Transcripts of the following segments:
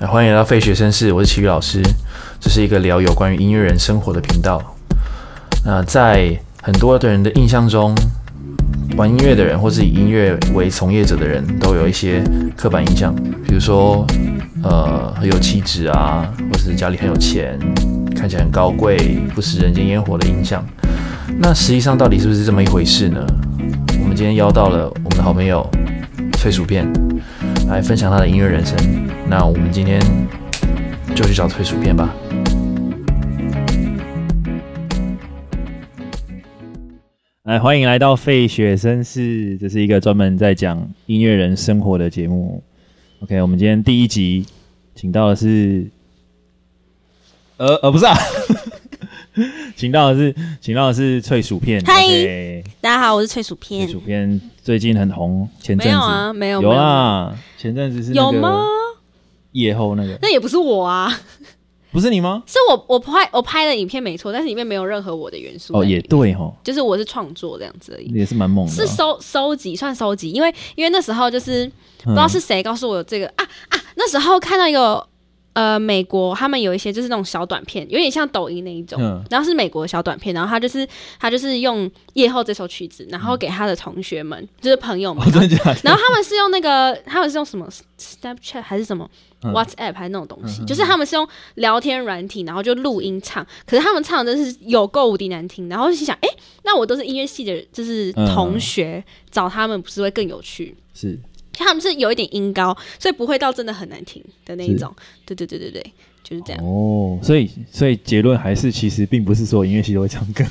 那哎欢迎来到费学绅士，我是奇宇老师。这是一个聊有关于音乐人生活的频道。那在很多的人的印象中，玩音乐的人或是以音乐为从业者的人都有一些刻板印象，比如说，呃，很有气质啊，或是家里很有钱，看起来很高贵，不食人间烟火的印象。那实际上到底是不是这么一回事呢？我们今天邀到了我们的好朋友崔薯片来分享他的音乐人生。那我们今天就去找崔薯片吧。来，欢迎来到费雪绅士，这是一个专门在讲音乐人生活的节目。OK，我们今天第一集请到的是，呃呃，不是啊， 请到的是请到的是脆薯片。嗨 OK，大家好，我是脆薯片脆。薯片最近很红，前阵子没有啊，没有，有没啊，前阵子是那有个吗？夜后那个那也不是我啊， 不是你吗？是我我拍我拍的影片没错，但是里面没有任何我的元素在哦，里面。也对哦，就是我是创作这样子而已，也是蛮猛的啊、是收收集算收集，因为因为那时候就是嗯不知道是谁告诉我有这个、啊啊，那时候看到一个呃美国他们有一些就是那种小短片，有点像抖音那一种，嗯然后是美国的小短片，然后他就是他就是用夜后这首曲子，然后给他的同学们、就是朋友们 嗯哦，，真的假的？ 然后他们是用那个，他们是用什么 Snapchat 还是什么嗯 WhatsApp 还是那种东嗯嗯西，嗯就是他们是用聊天软体，然后就录音唱。可是他们唱的真是有够无敌难听，然后就心想，哎、那我都是音乐系的，就是同学、找他们不是会更有趣？ 是就他们是有一点音高，所以不会到真的很难听的那一种。对对对对对，就是这样。哦，所以所以结论还是，其实并不是所有音乐系都会唱 歌。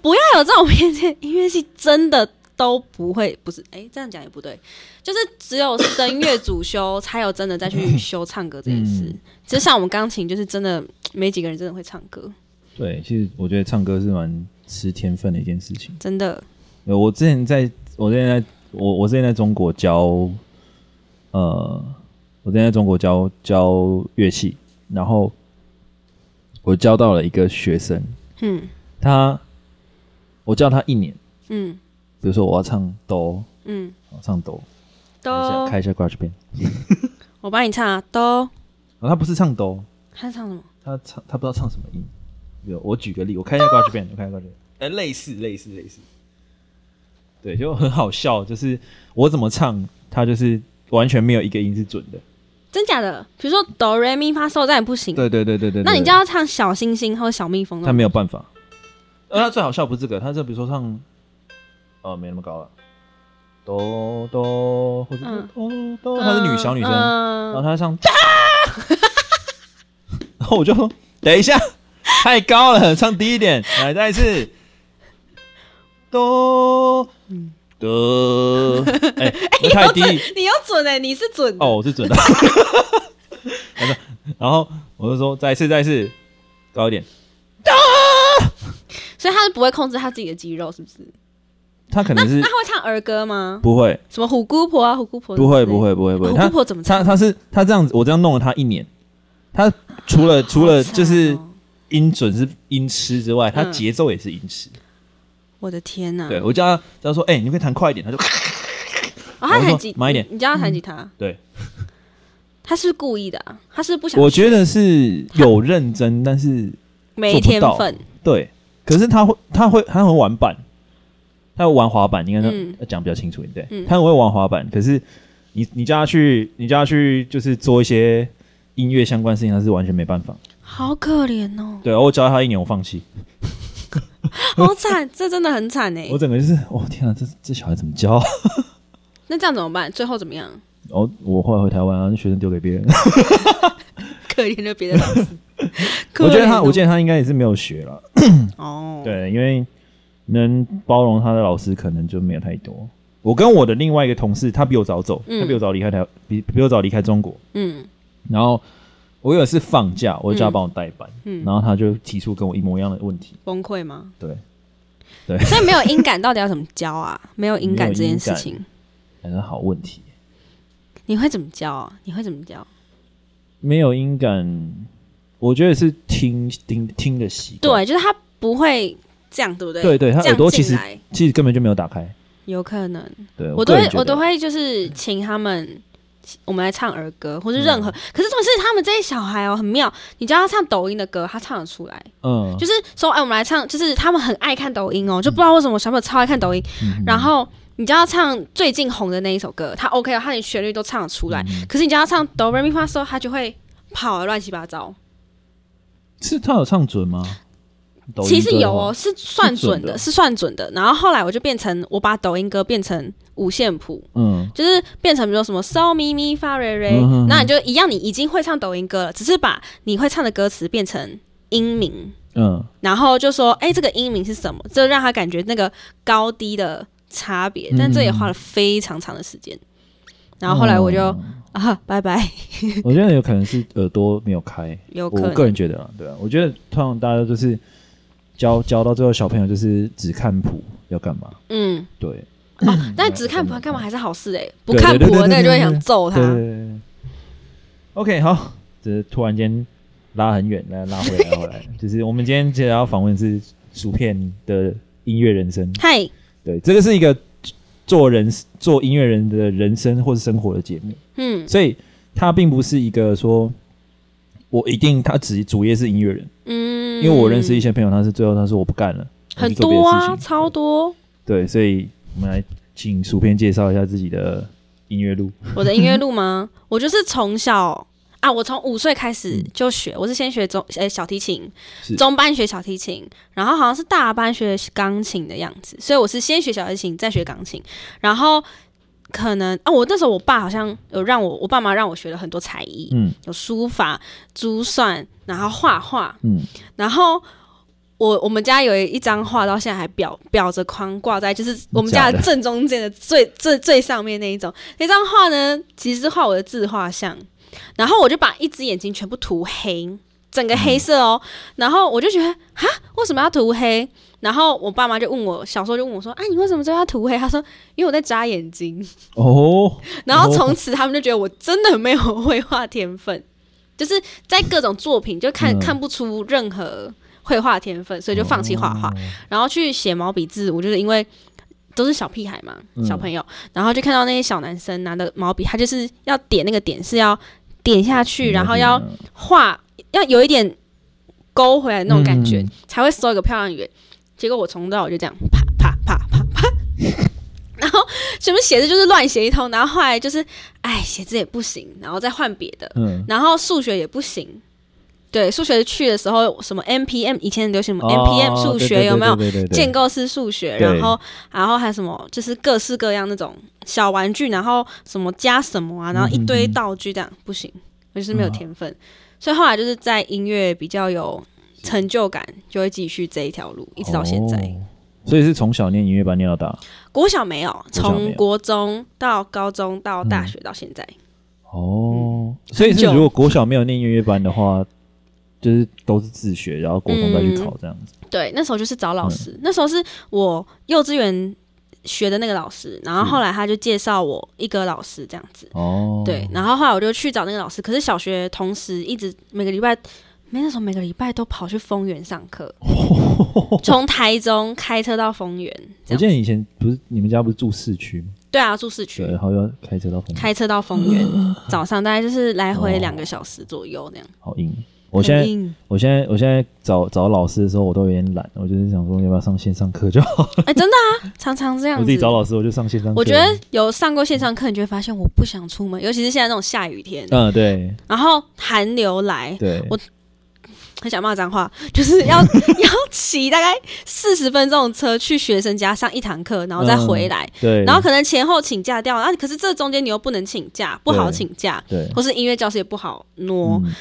不要有这种偏见，音乐系真的都不会，不是？哎、这样讲也不对，就是只有声乐主修才有真的再去修唱歌这件事。嗯其实像我们钢琴，就是真的没几个人真的会唱歌，对，其实我觉得唱歌是蛮吃天分的一件事情。真的。呃我之前在，我之前在，我我之前在中国教，呃，我之前在中国教教乐器，然后我教到了一个学生，嗯他我教他一年，嗯比如说我要唱哆，嗯，我要唱哆，开一下都开一下 g r a g e b a n 我帮你唱啊，都然后他不是唱哆，他唱什么？他唱他不知道唱什么音。有我举个例，我看一下 GarageBand，我看一下 GarageBand，呃，类似类似类似，对，就很好笑，就是我怎么唱，他就是完全没有一个音是准的。真假的？比如说哆来咪发嗦，这样也不行。对对对对对。那你对就要唱小星星或者小蜜蜂那他种。没有办法，呃，他最好笑不是这个，他是比如说唱，哦，没那么高了，哆哆，或者嗯哆哆，她是女小女生，然后嗯她唱， 然后我就说等一下，太高了，唱低一点，来再一 次，哆， 哆，哎，那太低你有准哎、你是准的。哦，我是准的。 然后我就说再一次，再一次，高一点。所以他是不会控制他自己的肌肉，是不是？他可能是那他会唱儿歌吗？不会，什么虎姑婆啊，虎姑婆不会，之类的不，会，不会，不会。虎他姑婆怎么他唱？他是他这样子，我这样弄了他一年。他除了除了好惨哦就是音准是音痴之外，他嗯节奏也是音痴。我的天哦呐！对我叫他叫他说，哎，你可以弹快一点，他就哦，他我说弹吉，慢一点嗯你你叫他弹吉他，对。他是故意的啊，他是不想学，我觉得是有认真，但是没天分，对，可是他会他会他很会玩板，他会玩滑板，应该要嗯要讲比较清楚一点。对嗯他很会玩滑板，可是你你叫他去，你叫他去就是做一些音乐相关的事情，他是完全没办法。好可怜哦， 对，我教他一年，我放弃。好惨，这真的很惨哎我。整个就是，哦天啊，这这小孩怎么教？ 那这样怎么办？最后怎么样？ 然后我后来回台湾啊，那学生丢给别人。。可怜了别的老师 我觉得他，可怜哦我记得他应该也是没有学了。哦，对，因为能包容他的老师可能就没有太多。我跟我的另外一个同事，他比我早走，嗯他比我早离开台，比比我早离开中国。嗯然后我有一次放假，我就叫他帮我代班，嗯，然后他就提出跟我一模一样的问题。崩溃吗？对，所以没有音感到底要怎么教啊？没有音感这件事情，反正好问题，你会怎么教啊？你会怎么教？没有音感，我觉得是听听听的习惯。对，就是他不会这样，对不对？对对，他这样耳朵其进实来其实根本就没有打开。有可能。对我个都人会觉我得都会就是请他们我们来唱儿歌，或是任嗯何。可是重点是他们这些小孩哦，很妙，你叫他唱抖音的歌，他唱得出来。嗯，就是说，哎，我们来唱，就是他们很爱看抖音哦，就不知道为什么小朋友超爱看抖音。嗯然后你叫他唱最近红的那一首歌，他 OK 了，他连旋律都唱得出来。嗯可是你叫他唱哆来咪发嗦，他就会跑啊乱七八糟。是他有唱准吗？抖音其实歌的有话哦，，是算准的，是算准的。然后后来我就变成我把抖音歌变成五线谱，嗯，就是变成比如说什么嗦咪咪发瑞瑞嗯哼，那你就一样，你已经会唱抖音歌了，只是把你会唱的歌词变成音名。嗯，然后就说：“哎、这个音名是什么？”这让他感觉那个高低的差别，但嗯这也花了非常长的时间。然后后来我就、哦 啊，拜拜，我觉得有可能是耳朵没有开，有我可个能人觉得啊，对啊，我觉得通常大家就是教教到最后，小朋友就是只看谱要干嘛？嗯，对，嗯但只看谱干嘛还是好事哎、不对看对谱对的那对个就会对想揍对对他。对对。OK，好，只是突然间拉很远，来拉回来，拉回来，就是我们今天接着要访问的是薯片的音乐人生，嗨，对，这个是一个做人做音乐人的人生或是生活的节目。嗯所以他并不是一个说，我一定他只主业是音乐人，因嗯，为我认识一些朋友，他是最后他说我不干了，我很去做别的多事啊，情超多。对，所以我们来请薯片介绍一下自己的音乐路，我的音乐 路吗？我就是从小啊，我从五岁开始就学，我是先学中呃、小提琴嗯是，中班学小提琴，然后好像是大班学钢琴的样子，所以我是先学小提琴，再学钢琴，然后可能啊，我那时候我爸好像有让我，我爸妈让我学了很多才艺，嗯有书法、珠算，然后画画，嗯，然后。我我们家有一张画，到现在还裱裱着框，挂在就是我们假家的的正中间的最最最上面那一种。那张画呢，其实是画我的自画像，然后我就把一只眼睛全部涂黑，整个黑色哦。然后我就觉得啊，为什么要涂黑？然后我爸妈就问我，小时候就问我说：“哎、你为什么知道要涂黑？”他说：“因为我在眨眼睛。哦，”然后从此他们就觉得我真的没有绘画天分，就是在各种作品就看、嗯看不出任何绘画天分，所以就放弃画画。哦然后去写毛笔字，我就是因为都是小屁孩嘛，小朋友，然后就看到那些小男生拿的毛笔，他就是要点那个点是要点下嗯去，然后要画，要有一点勾回来那种感觉，嗯才会收一个漂亮圆。结果我从头到尾就这样啪啪啪啪啪， 然后全部写字就是乱写一通，然后后来就是哎写字也不行，然后再换别的，嗯，然后数学也不行。对，数学去的时候，什么 NPM，以前流行什么哦 NPM 数对学、对有没有？对对对对建构式数学，对然后然后还有什么，就是各式各样那种小玩具，然后什么加什么嗯啊，然后一堆道具这样、不行，我就是没有天分，所以后来就是在音乐比较有成就感，就会继续这一条路，一直到现在。哦所以是从小念音乐班念到大，国小没有，小没有从国中到高中到大学到现在，嗯哦，所以是嗯很久如果国小没有念音乐班的话。就是都是自学，然后国中再去嗯考这样子。对，那时候就是找老师，嗯那时候是我幼稚园学的那个老师，然后后来他就介绍我一个老师这样子。哦，对，，然后后来我就去找那个老师，可是小学同时一直每个礼拜，没那时候每个礼拜都跑去丰原上 课，从台中开车到丰原，这我记样得以前不是你们家不是住市区吗？对啊，住市对，区然，后要开车到丰原，开车到 丰原，早上大概就是来回两个小时左右那样。好硬。哦我现在很硬我现在我现在找找老师的时候，我都有点懒，我就是想说要不要上线上课就好。哎，真的啊，常常这样我子。自己找老师，我就上线上课。我觉得，有上过线上课，你就会发现我不想出门，尤其是现在那种下雨天，嗯，对然后寒流来，对，我很想骂脏话，就是要 要骑大概四十分钟的车去学生家上一堂课，然后再回来，嗯对，然后可能前后请假掉，啊，可是这中间你又不能请假，不好请假，对，或是音乐教室也不好挪，嗯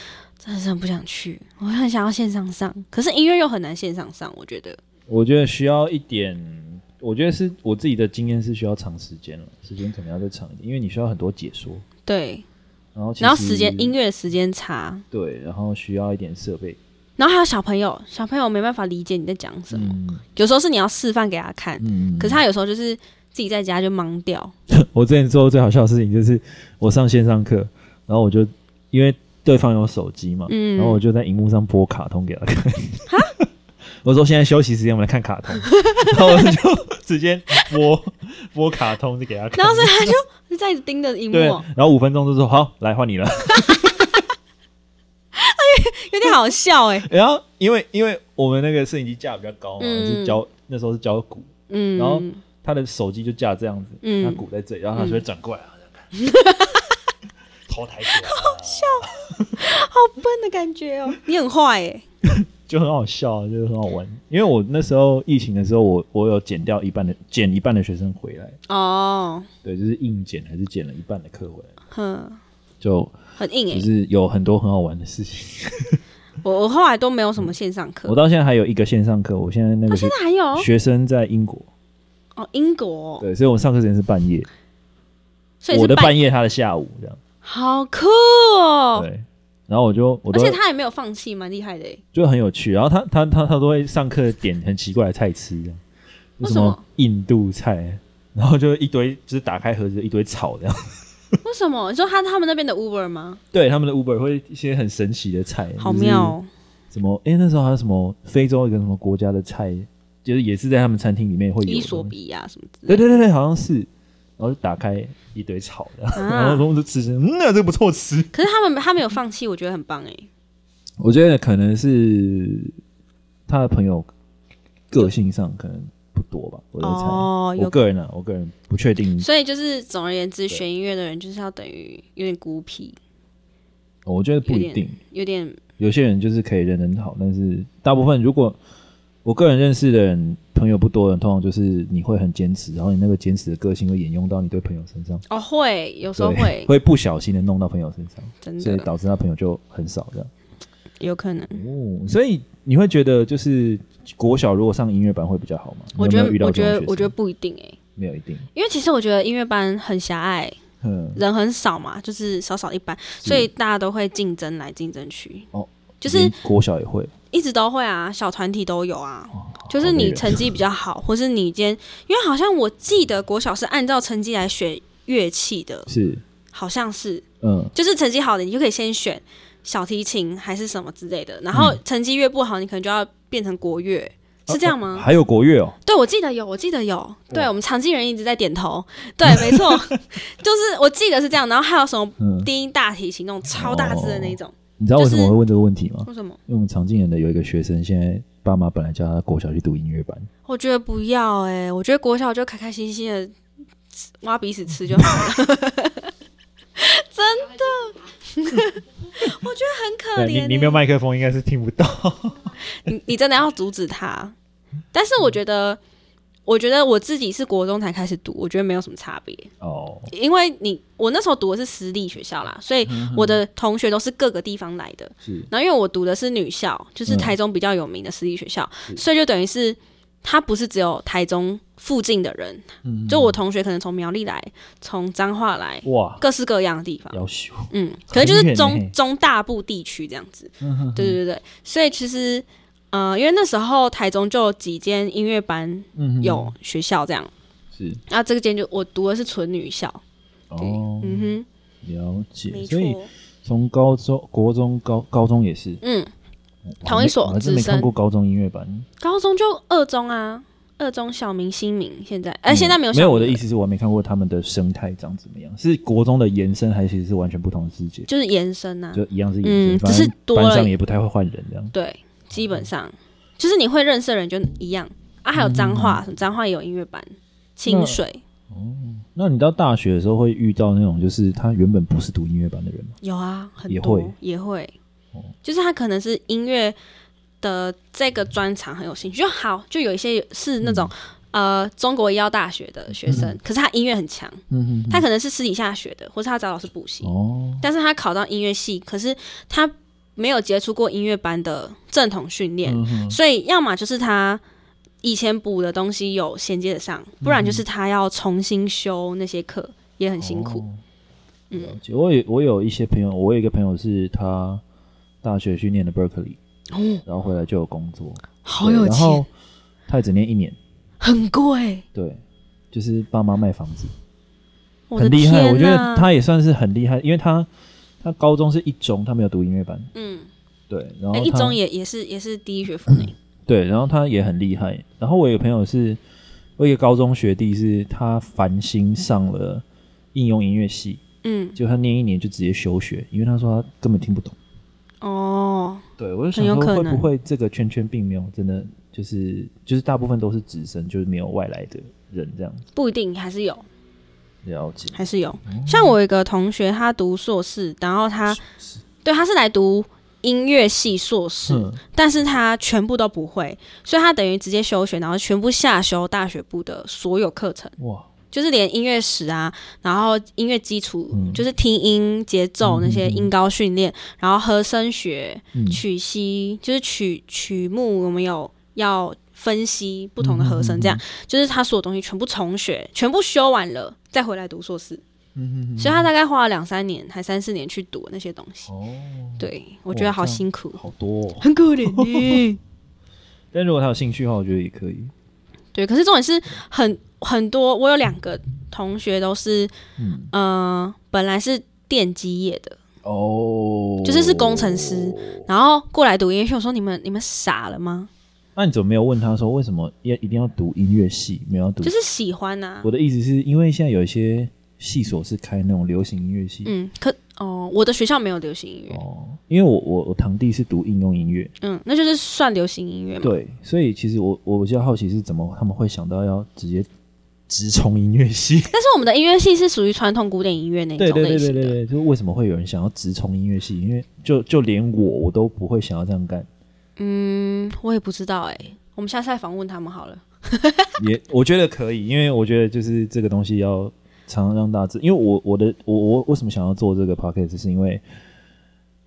真的是很不想去，我很想要线上上，可是音乐又很难线上上，我觉得，我觉得需要一点，我觉得是我自己的经验是需要长时间了，时间可能要再长一点，因为你需要很多解说，对，然后其实然后时间音乐时间差，对，然后需要一点设备，然后还有小朋友，小朋友没办法理解你在讲什么，嗯有时候是你要示范给他看，嗯可是他有时候就是自己在家就懵掉，我之前做过最好笑的事情就是，我上线上课，然后我就因为对方有手机嘛，嗯然后我就在荧幕上播卡通给他看。 我说现在休息时间，我们来看卡通，然后我就直接播，播卡通就给他看然。后所以他就 在一直盯着荧幕对，哦，然后五分钟就说好，来换你了。 有点好笑哎、然后因为因为我们那个摄影机架比较高嘛，嗯是教那时候是教鼓，嗯，然后他的手机就架这样子，嗯他鼓在这里，然后他就会转过来啊，这样看 头抬起来啊，笨的感觉哦，你很坏哎、就很好笑，就是很好玩。因为我那时候疫情的时候，我我有减掉一半的减一半的学生回来，哦，对，就是硬减还是减了一半的课回来，哼，就很硬哎、就是有很多很好玩的事情。我我后来都没有什么线上课我， 到现在还有一个线上课，我现在那到个现学在还有学生在英国，哦，英国哦，对，所以我上课时间是半夜，所以我是的半半夜，他的下午这样，好酷哦，对。然后我就我而都且他也没有放弃，蛮厉害的哎、 就很有趣。然后他他他他都会上课点很奇怪的菜吃，这样，为就什么印度菜，然后就一堆就是打开盒子就一堆草这样。为什么？你说他他们那边的 Uber 吗？对，他们的 Uber 会一些很神奇的菜，好妙、哦，就是什么？哎，那时候还有什么非洲一个什么国家的菜，就是也是在他们餐厅里面会有的。伊索比亚什么之对类的。对对对，好像是。然后就打开一堆草的，啊 然后我就吃吃，嗯，那这个不错吃。可是他们他没有放弃，我觉得很棒哎。我觉得可能是他的朋友个性上可能不多吧，我在猜。哦，我有。个人呢、我个人不确定，所以就是总而言之，对学音乐的人就是要等于有点孤僻，我觉得不一定。有点有些人就是可以人很好，但是大部分如果我个人认识的人，朋友不多的人，通常就是你会很坚持，然后你那个坚持的个性会沿用到你对朋友身上，哦会，有时候对，会会不小心的弄到朋友身上，真所以的导致他朋友就很少这样。有可能。哦，所以你会觉得就是国小如果上音乐班会比较好吗？我你觉有没得有遇到我这觉种学生得我觉得不一定哎、没有一定，因为其实我觉得音乐班很狭隘，嗯，人很少嘛，就是少少一班，所以大家都会竞争来竞争去。哦就是连国小也会，一直都会啊，小团体都有啊。哦就是你好累成绩比较好，或是你今天，因为好像我记得国小是按照成绩来选乐器的人，是好像是，嗯就是成绩好的你就可以先选小提琴还是什么之类的，然嗯后成绩越不好，你可能就要变成国乐，是这样吗？还有国乐哦，对，我记得有，我记得有，对我们长期人一直在点头，对，没错，就是我记得是这样，然后还有什么嗯，低音大提琴那种超大只的那种，你知道为什就么是我会问这个问题吗？为什么？因为我们常进人的有一个学生，现在爸妈本来叫他国小去读音乐班，我觉得不要哎、我觉得国小就开开心心的挖鼻屎吃就好了， 真的， 我觉得很可怜、欸。麦克风应该是听不到。你你真的要阻止他，但是我觉得，我觉得我自己是国中才开始读，我觉得没有什么差别，哦，因为你我那时候读的是私立学校啦，所以我的同学都是各个地方来的。是然后因为我读的是女校，就是嗯台中比较有名的私立学校，所以就等于是他不是只有台中附近的人，嗯就我同学可能从苗栗来，从彰化来，哇，各式各样的地方，要修，嗯，可能就是很远中欸中大部地区这样子，嗯对对对，所以其实。呃，因为那时候台中就有几间音乐班嗯有学校这样，是那、这个间就我读的是纯女校，对，哦，嗯了哼，解。没错所，以从高中、国中、高高中也是嗯，我还同没一所我还真没直升看过高中音乐班。高中就二中啊，二中小明、新明，现在哎、现在没有嗯没小有我的意明了思是我还没看过他们的生态长怎么样，是国中的延伸，还是其实是完全不同的世界？就是延伸呐、就一样是延伸，嗯反只是正多了班上也不太会换人这样。对，基本上就是你会认识的人就一样嗯啊，还有彰化，彰化也有音乐班，清水那你到大学的时候会遇到那种就是他原本不是读音乐班的人吗？有啊，很也多会也会哦，就是他可能是音乐的这个专长很有兴趣，就好，就有一些是那种。呃，中国医药大学的学生，可是他音乐很强，嗯他可能是私底下学的，或是他找老师补习。哦，但是他考到音乐系，可是他没有接触过音乐班的正统训练，嗯哦所以要么就是他以前补的东西有衔接得上，不然就是他要重新修那些课，也很辛苦。嗯了解。我有我有一些朋友，我有一个朋友是他大学去念的 Berkeley，、然后回来就有工作，哦好哦对然后，他也只念一年，很贵，对，就是爸妈卖房子，我的很厉害。天啊我觉呐得他也算是很厉害，因为他他高中是一中，他没有读音乐班，嗯，对，然后哎、他一中也也是也是第一学府呢。对，然后他也很厉害。然后我有个朋友是。我有一个高中学弟是他繁星上了应用音乐系，嗯，结果他念一年就直接休学，因为他说他根本听不懂。哦，对，我就想很有可说会能不会这个圈圈并没有真的就是就是大部分都是直升，就是没有外来的人这样子不一定，还是有，了解。嗯还是有。像啊我有一个同学，他读硕士，然后他对他是来读音乐系硕士，嗯但是他全部都不会，所以他等于直接休学，然后全部下修大学部的所有课程，哇，就是连音乐史啊，然后音乐基础，嗯就是听音、节奏那些音高训练，然后和声学、嗯曲析，就是曲曲目，我们有要分析不同的和声，这嗯样、就是他所有东西全部重学，全部修完了，再回来读硕士。嗯所以他大概花了两三年，还三四年去读那些东西。哦，对，我觉得哇好这样辛苦，好多、哦。很可怜 的。但如果他有兴趣的话，我觉得也可以。对，可是重点是很很多，我有两个同学都是，嗯呃，本来是电机业的，哦，就是是工程师。然后过来读音乐系。我说你们你们傻了吗？那你怎么没有问他说为什么要一定要读音乐系，没有要读？就是喜欢啊嗯呐、我的意思是因为现在有一些系所是开那种流行音乐系。嗯，可哦，我的学校没有流行音乐，哦，因为我我我堂弟是读应用音乐，嗯，那就是算流行音乐嘛。对，所以其实我我比较好奇是怎么他们会想到要直接直冲音乐 系？但是我们的音乐系是属于传统古典音乐那对种对对类对型对的，对，就是为什么会有人想要直冲音乐系？因为就就连我我都不会想要这样干，嗯，我也不知道哎、我们下次再访问他们好了。也我觉得可以，因为我觉得就是这个东西要常常让大家知，因为我我的我我为什么想要做这个 p o c k e t 是因为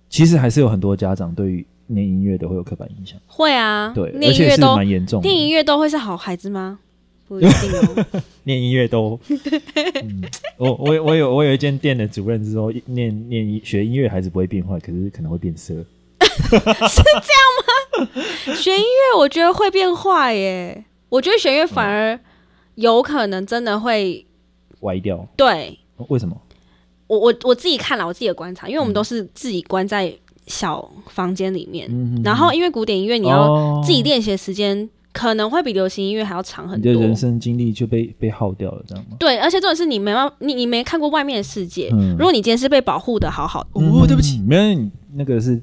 其实还是有很多家长对于念音乐的会有刻板印象，会啊，对，而念音且乐是都蛮严重的，念音乐都会是好孩子吗？不一定哦。念音乐 都，嗯，我我我有我有一间店的主任是说，念念音学音乐还是不会变坏，可是可能会变色。学音乐我觉得会变坏耶，我觉得学音乐反而有可能真的会歪掉，对为什么？我我我自己看了我自己的观察，因为我们都是自己关在小房间里面，嗯哦然后因为古典音乐你要要自己练习的时间可能会比流行音乐还要长很你多的。人生经历就被被耗掉了，这样吗？对，而且重点是你没办法，你你没看过外面的世界。嗯如果你今天是被保护的好好的，哦，对不起，没有你那个是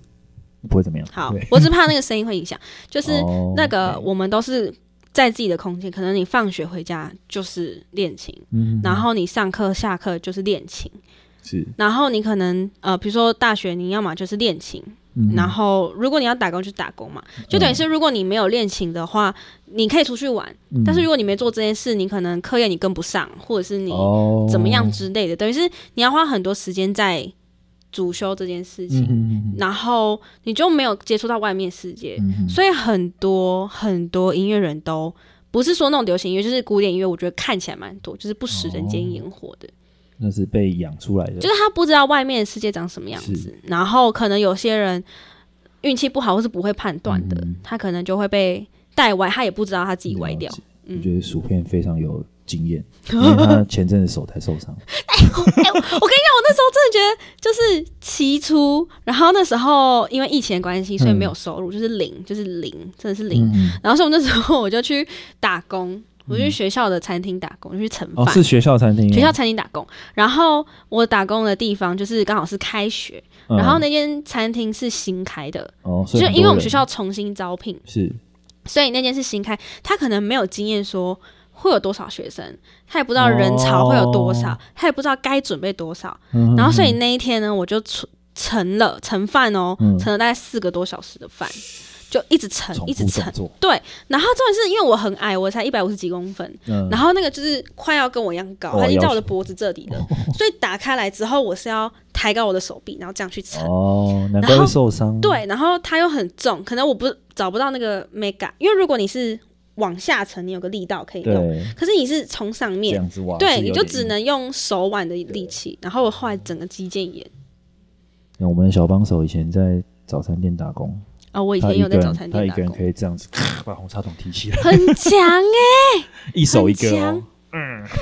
不会怎么样。好对，我只怕那个声音会影响，就是哦那个我们都是在自己的空间，可能你放学回家就是练琴，嗯然后你上课下课就是练琴，是，然后你可能呃，比如说大学你要么就是练琴，嗯然后如果你要打工就打工嘛，就等于是如果你没有练琴的话，你可以出去玩，嗯但是如果你没做这件事，你可能课业你跟不上，或者是你哦怎么样之类的，等于是你要花很多时间在主修这件事情嗯，嗯然后你就没有接触到外面世界，嗯嗯所以很多很多音乐人都不是说那种流行音乐，就是古典音乐，我觉得看起来蛮多，就是不食人哦间烟火的，那是被养出来的，就是他不知道外面的世界长什么样子是，然后可能有些人运气不好或是不会判断的，嗯他可能就会被带歪，他也不知道他自己歪掉了。解嗯我觉得薯片非常有经 验，因为他前阵子手才受伤。就是起初，然后那时候因为疫情的关系，所以没有收入，就是零，就是零，真的是零。嗯然后所以我那时候我就去打工，我就去学校的餐厅打工，就去盛哦，饭。是学校餐厅，学校餐厅打工，然后我打工的地方就是刚好是开学，嗯，然后那间餐厅是新开的，哦，就所以是很因为多我们人学校重新招聘，是所以那间是新开，他可能没有经验说会有多少学生，他也不知道人潮会有多少，哦他也不知道该准备多少，嗯然后所以嗯那一天呢，我就盛盛了盛饭哦，嗯盛了大概四个多小时的饭，就一直盛嗯重一直复盛动，作，然后重点是因为我很矮，我才一百五十几公分，嗯，然后那个就是快要跟我一样高，哦它已经要到我的脖子这里 了，所以打开来之后，我是要抬高我的手臂，然后这样去撑。哦，难怪然后会受伤，，对，然后它又很重，可能我不找不到那个 mega，因为如果你是往下沉，你有个力道可以用，对，可是你是从上这面，样子哇，对，是你有就点只硬。能用手腕的力气。然后我后来整个肌腱炎那我们的小帮手以前在早餐店打工，啊、我以他前一有个在早人餐他店一打个人工，可以这样子 把红茶桶提起来，很强哎、一手一很个强哦，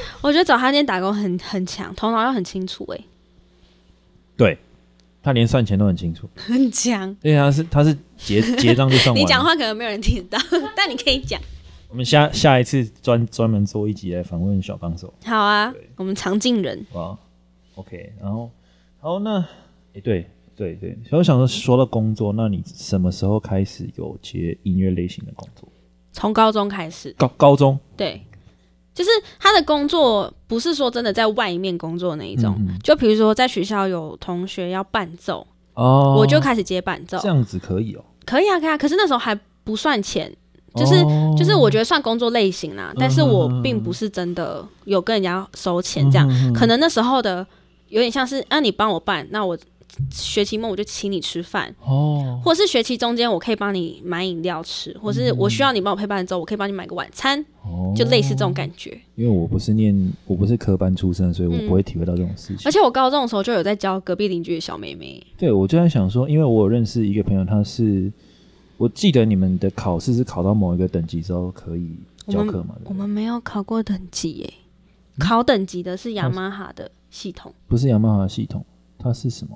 我觉得早餐店打工很很强，头脑要很清楚哎、对他连算钱都很清楚，啊很强。因为他是他是结结账就算完了， 你讲话可能没有人听得到，但你可以讲。我们下下一次专专门做一集来访问小帮手，好啊，我们常进人，好不好？OK，然后，好，那，诶，对对对，所以我想说，说到工作，那你什么时候开始有接音乐类型的工作？从高中开始，高高中对，就是他的工作不是说真的在外面工作那一种，嗯嗯就比如说在学校有同学要伴奏，哦，我就开始接伴奏，这样子可以哦，可以啊，可以啊，可是那时候还不算钱，就是、哦嗯就是我觉得算工作类型啦，但是我并不是真的有跟人家收钱这样，嗯嗯嗯可能那时候的有点像是，那、你帮我办，那我学期末我就请你吃饭，哦，或是学期中间我可以帮你买饮料吃，或是我需要你帮我陪伴之后，我可以帮你买个晚餐，哦就类似这种感觉。因为我不是念我不是科班出身，所以我不会体会到这种事情。而且我高中的时候就有在教隔壁邻居的小妹妹，对我就在想说，因为我有认识一个朋友，他是我记得你们的考试是考到某一个等级之后可以教课嘛？对不对我们没有考过等级耶、嗯考等级的是雅哦马哈的系统，不是雅马哈系统，它是什么？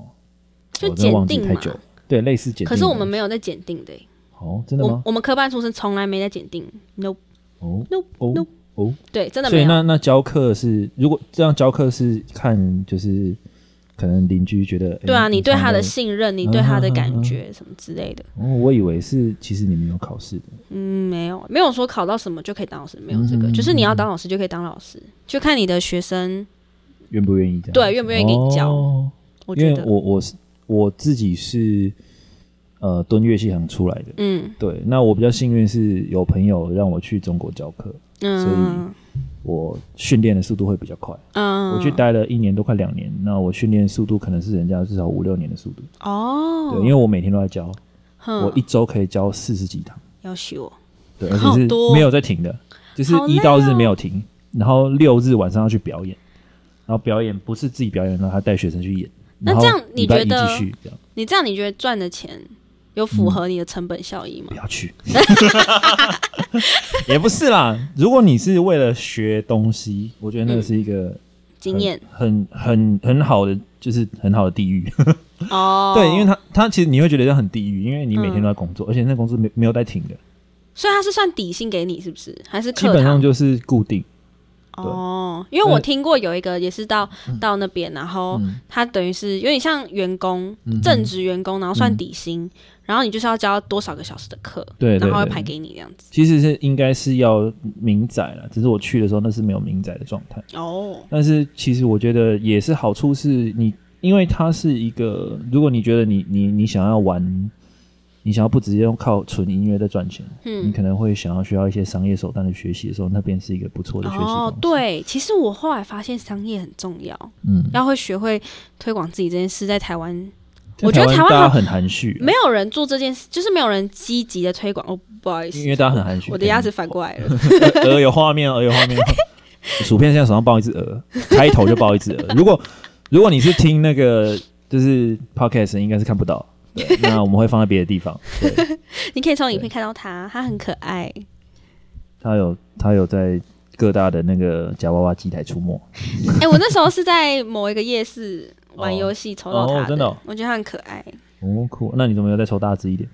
就我真哦的忘记检定太嘛久了。对，类似检定的东可西。是我们没有在检定的耶、哦，真的我吗？我们科班出身从来没在检定，no 哦 no，哦 no 哦，对，真的所以没有。那那教课是，如果这样教课是看就是可能邻居觉得，哎对啊，你对他的长信任，你对他的嗯嗯嗯感嗯觉什么之类的，得哦，我以为是其实你们有考试的，嗯，没有，没有说考到什么就可以当老师，没有这嗯个，嗯就是你要当老师就可以当老师，就看你的学生，愿不愿意这样？对愿不愿意给你教哦我因觉为得，我我是我自己是呃蹲乐器行出来的，嗯对，那我比较幸运是有朋友让我去中国教课，嗯我训练的速度会比较快。嗯，我去待了一年多，快两年，那我训练速度可能是人家至少五六年的速度。哦，对，因为我每天都在教，哼我一周可以教四十几堂，要学我，对，而好且是多哦没有在停的，就是好累一哦到日没有停，然后六日晚上要去表演，然后表演不是自己表演，然后还带学生去演。那然后这样你礼拜一觉得继续这样你这样你觉得赚的钱有符合你的成本效益吗不？要去， 也不是啦。如果你是为了学东西，我觉得那个是一个经验很很很好的，就是很好的地狱。哦， 嗯对，因为他他其实你会觉得这样很地狱，因为你每天都在工作，而且那工作没没有在停的，所以他是算底薪给你是不是？还是基课本上堂？就是固定。哦，因为我听过有一个也是到到那边，然后嗯他等于是有点像员工嗯哼，嗯正职员工，然后算底薪，然后你就是要教多少个小时的课，对对然后会对排给你这样子。其实是应该是要明载了，只是我去的时候那是没有明载的状态。哦，但是其实我觉得也是好处是你，因为它是一个，如果你觉得你你你想要玩，你想要不直接用靠纯音乐在赚钱，你嗯，可能会想要需要一些商业手段的学习的时候，那边是一个不错的学习方哦式。，对，其实我后来发现商业很重要，嗯，要会学会推广自己这件事，在台湾在我觉得台湾大家好很含蓄、啊没，有人做这件事，就是没有人积极的推广。哦，不好意因思，为大家很含蓄。我的鸭子反过来了。鹅有画面，鹅哦有画面。薯片现在手上抱一只鹅，开头就抱一只鹅。如果如果你是听那个就是 podcast，应该是看不到。对，那我们会放在别的地方。对， 你可以从影片看到它，它很可爱。它有它有在各大的那个夹娃娃机台出没。哎、我那时候是在某一个夜市玩游戏抽到 它哦真的哦我觉得它很可爱，哦，酷！那你怎么又再抽大只一点？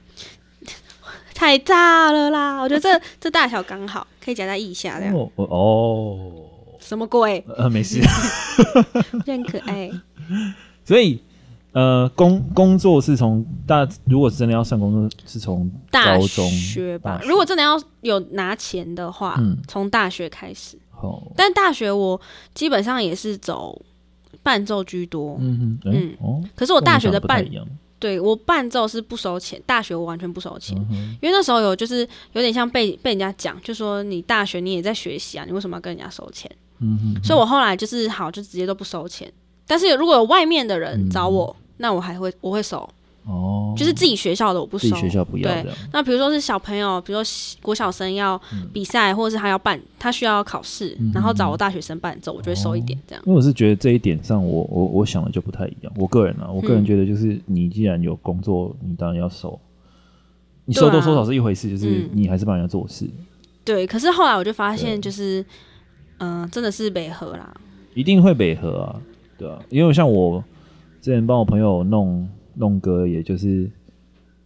太大了啦！我觉 得这这大小刚好，可以夹在腋下这样。哦哦，什么鬼？呃，没事。我觉得很可爱。所以呃，工工作是从大，如果真的要算工作，是从 大高中学吧，大如果真的要有拿钱的话嗯，从、大学开始。好，但大学我基本上也是走伴奏居多。嗯哼，嗯嗯哦，可是我大学的跟我伴想不太一样。对我伴奏是不收钱，大学我完全不收钱，嗯哼因为那时候有就是有点像被被人家讲，就说你大学你也在学习啊，你为什么要跟人家收钱？嗯哼。所以我后来就是好，就直接都不收钱。但是如果有外面的人嗯找我，那我还会我会收，哦，就是自己学校的我不自收。己学校不要对这样，那比如说是小朋友，比如说国小生要嗯比赛，或者是他要办，他需要考试，然后找我大学生伴奏，我就会收一点这样。因为我是觉得这一点上我，我我想的就不太一样。我个人啊，我个人嗯觉得就是你既然有工作，你当然要收。你收对多啊收少是一回事，就是嗯你还是帮人家做事，对，可是后来我就发对现，就是嗯、呃真的是违和啦。一定会北合啊，对啊。因为像我之前帮我朋友弄弄歌，也就是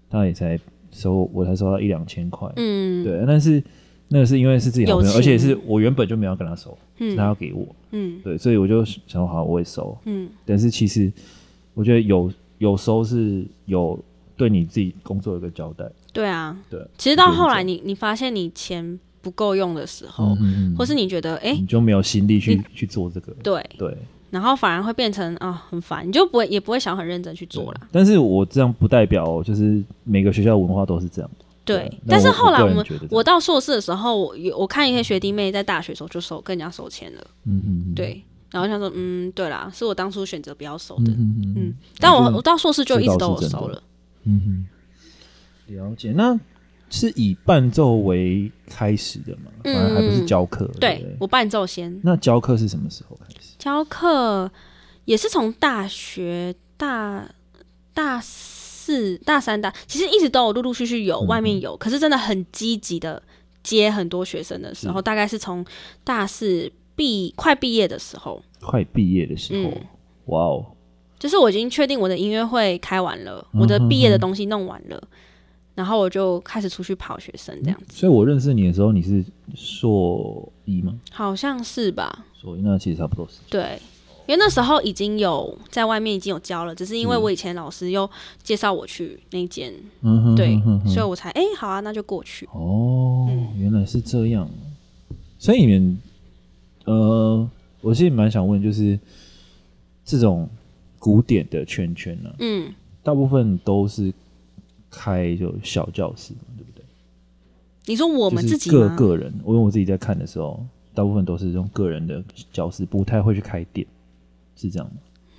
他也才收，我才收到一两千块，嗯，对。但是那个是因为是自己好朋友，友情而且是我原本就没有跟他收，是他嗯要给我，嗯对，所以我就想说好我也收。嗯但是其实我觉得有有收是有对你自己工作有一个交代，对啊。对，其实到后来你，你发现你钱不够用的时候，嗯嗯嗯或是你觉得哎、诶你就没有心力去你去做这个，对，对，然后反而会变成啊、很烦，你就不会也不会想很认真去做啦。但是我这样不代表就是每个学校文化都是这样。对，对但是那我后我来个我人们觉得这我样到硕士的时候，我有我看一些学弟妹在大学的时候就收跟人家收钱了，嗯嗯嗯，对，然后想说嗯，对啦，是我当初选择不要收的，嗯嗯嗯嗯，但我这个我到硕士就一直都这倒有是真的收了，嗯嗯，了解。那是以伴奏为开始的嘛？嗯反而还不是教课。对不对对，我伴奏先那教课是什么时候开始？教课，也是从大学大大四大三大，其实一直都有陆陆续续有嗯外面有，可是真的很积极的接很多学生的时候，是大概是从大四毕快毕业的时候，快毕业的时候嗯。哇哦，就是我已经确定我的音乐会开完了，嗯我的毕业的嗯嗯东西弄完了，然后我就开始出去跑学生这样子，所以我认识你的时候，你是硕一吗？好像是吧？硕一，那其实差不多是。对。因为那时候已经有在外面已经有教了，只是因为嗯我以前老师又介绍我去那间嗯哼对嗯哼，嗯所以哼我才哎、好啊，那就过去。哦，嗯原来是这样。所以你们，呃，我是蛮想问，就是这种古典的圈圈啊呢、嗯，大部分都是开就小教室嘛，对不对？你说我们自己就是吗？个个人，我因为我自己在看的时候，大部分都是用个人的教室，不太会去开店，是这样吗？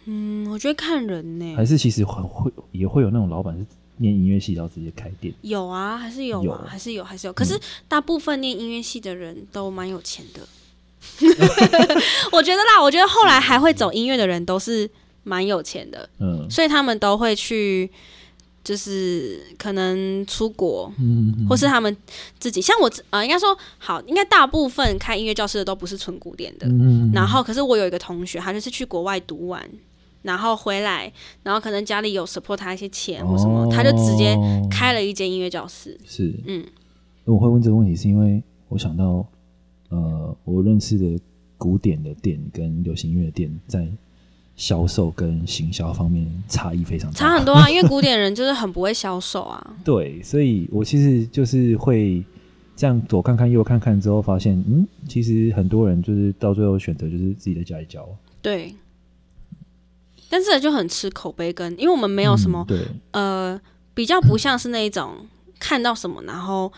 嗯，我觉得看人呢、还是其实很会也会有那种老板是念音乐系，然后直接开店，有啊，还是有啊，有嗯还是有，还是有。可是大部分念音乐系的人都蛮有钱的， 我觉得啦，我觉得后来还会走音乐的人都是蛮有钱的，嗯所以他们都会去，就是可能出国，嗯，或是他们自己。像我自呃，应该说好，应该大部分开音乐教室的都不是纯古典的，嗯然后可是我有一个同学，他就是去国外读完，然后回来，然后可能家里有 support 他一些钱或什么，他就直接哦开了一间音乐教室。是嗯我会问这个问题，是因为我想到，呃，我认识的古典的店跟流行音乐店在销售跟行销方面差异非常大，差很多啊，因为古典人就是很不会销售啊。对，所以我其实就是会这样左看看右看看之后，发现，嗯，其实很多人就是到最后选择就是自己在家里教，对，但这就很吃口碑跟，因为我们没没有什么、嗯对，嗯呃，比较不像是那一种看到什么然后。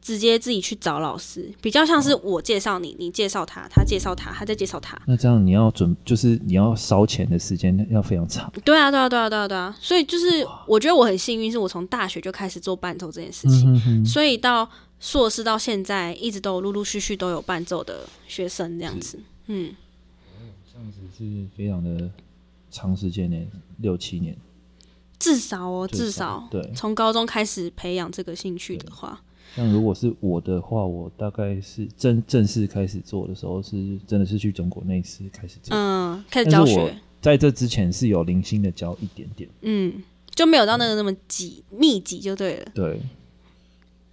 直接自己去找老师，比较像是哦我介绍你，你介绍他，他介绍他，他再介绍他，那这样你要准，就是你要烧钱的时间要非常长，对啊，对啊，对啊，对啊，对啊。所以就是，我觉得我很幸运，是我从大学就开始做伴奏这件事嗯情，哼哼所以到硕士到现在，一直都有陆陆续续都有伴奏的学生这样子。嗯，这样子是非常的长时间呢，六七年，至少哦，至至少少对从高中开始培养这个兴趣的话，像如果是我的话，我大概是正正式开始做的时候是真的是去中国那一次开始做，嗯，开始但教是我学，在这之前是有零星的教一点点。嗯，就没有到那个那么挤密集就对了。对，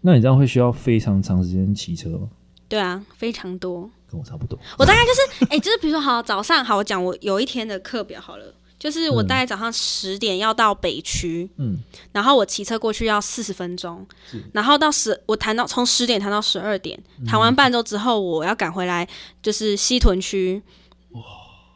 那你这样会需要非常长时间骑车吗？对啊，非常多。跟我差不多。我大概 就是，哎、就是比如说，好，早上好，我讲我有一天的课表好了，就是我嗯大概早上十点要到北区，嗯，然后我骑车过去要四十分钟是，然后到十我弹到从十点弹到十二点，弹完伴奏之后我要赶回来，就是西屯区，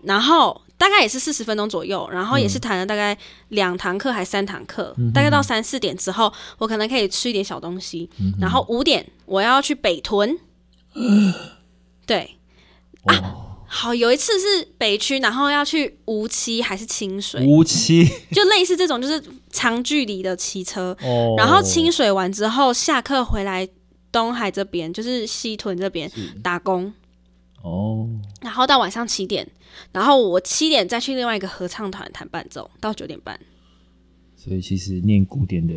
然后大概也是四十分钟左右，然后也是弹了大概两堂课还三堂课，大概到三四点之后，我可能可以吃一点小东西，然后五点我要去北屯，对。啊，好，有一次是北区，然后要去无锡还是清水，无期 就类似这种，就是长距离的骑车。哦 然后清水完之后，下课回来东海这边，就是西屯这边打工，哦，然后到晚上七点，然后我七点再去另外一个合唱团弹伴奏，到九点半。所以其实念古典的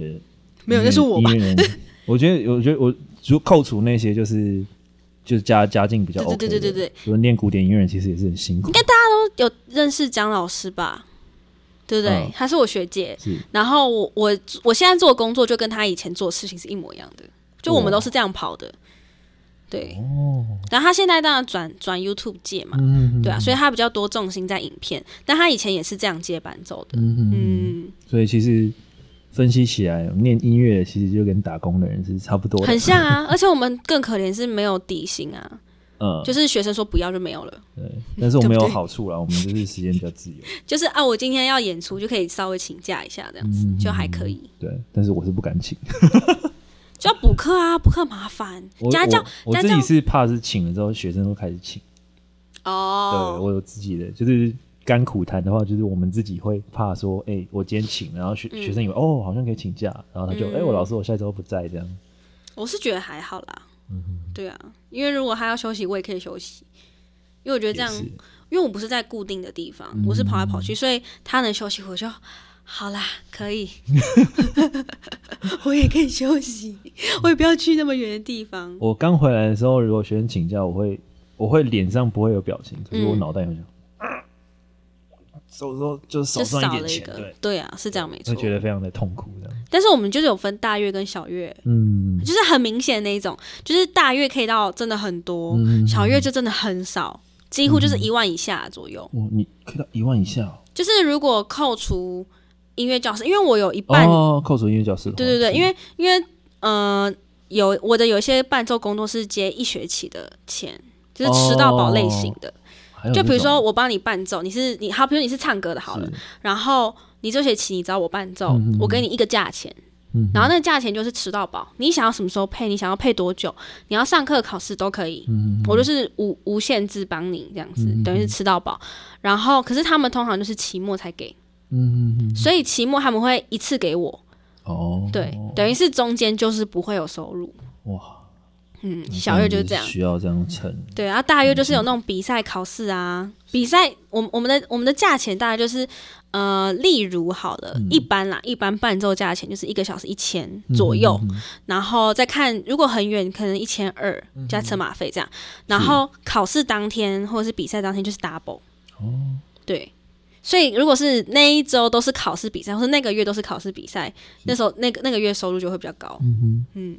没有音乐那是我吧音乐 人我觉得，我觉得我如果扣除那些就是。就是家家境比较 OK，对对对对对对，我念古典音乐人其实也是很辛苦，嗯有认识江老师吧？对不对？嗯她是我学姐。是然后我我我现在做的工作就跟她以前做的事情是一模一样的，就我们哇都是这样跑的。对，哦然后他现在当然转转 YouTube 界嘛，嗯，对啊，所以他比较多重心在影片，但他以前也是这样接伴奏的，嗯嗯，嗯，所以其实分析起来，念音乐的其实就跟打工的人是差不多的，很像啊， 而且我们更可怜是没有底薪啊，嗯，就是学生说不要就没有了，对，但是我们对有不对好处啦，我们就是时间比较自由，就是啊，我今天要演出就可以稍微请假一下这样子，嗯就还可以，对，但是我是不敢请，就要补课啊，补课麻烦我， 家教我我家自己教是怕是请了之后学生会开始请，对哦，我有自己的就是。甘苦谈的话，就是我们自己会怕说，哎、我今天请，然后学、学生以为哦，好像可以请假，然后他就，哎、嗯我老师我下周不在这样，我是觉得还好啦，嗯对啊，因为如果他要休息，我也可以休息，因为我觉得这也样是，嗯因为我不是在固定的地方，我是跑来跑去，所以他能休息，我就好啦，可 以，我也可以休息，我也不要去那么远的地方。嗯我刚回来的时候，如果学生请假，我会我会脸上不会有表情，可是我嗯脑袋会想，手手就是少就赚少点了一钱，个对，，对啊，是这样没错会。觉得非常的痛苦这样。但是我们就是有分大乐跟小乐，嗯，就是很明显那一种，就是大乐可以到真的很多，嗯小乐就真的很少，几乎就是一万以下左右。哇，你可以到一万以下哦就是如果扣除音乐教室，因为我有一半哦，扣除音乐教室的话，对对对，是因为因为呃，有我的有一些伴奏工作是接一学期的钱，就是吃到饱类型的。还有就那比如种说我帮你伴奏，你是你好，比如你是唱歌的好了，，然后你这学期你找我伴奏，嗯嗯嗯我给你一个价钱，嗯然后那个价钱就是吃到饱，你想要什么时候配，你想要配多久，你要上课考试都可以。嗯我就是无无限制帮你这样子，嗯嗯嗯等于是吃到饱。然后，可是他们通常就是期末才给，嗯嗯所以期末他们会一次给我，哦，对，等于是中间就是不会有收入。哇，嗯，小月就是这样。需要这样撑，对啊，大约就是有那种比赛考试啊，比赛我们我们的我们的价钱大概就是呃，例如好了，一般啦，一般伴奏价钱就是一个小时一千左右，嗯嗯嗯嗯然后再看如果很远，可能一千二嗯加车马费这样，然后考试当天或者是比赛当天就是 double，哦，对。所以，如果是那一周都是考试比赛，或是那个月都是考试比赛，那时候那个那个月收入就会比较高。嗯哼。嗯，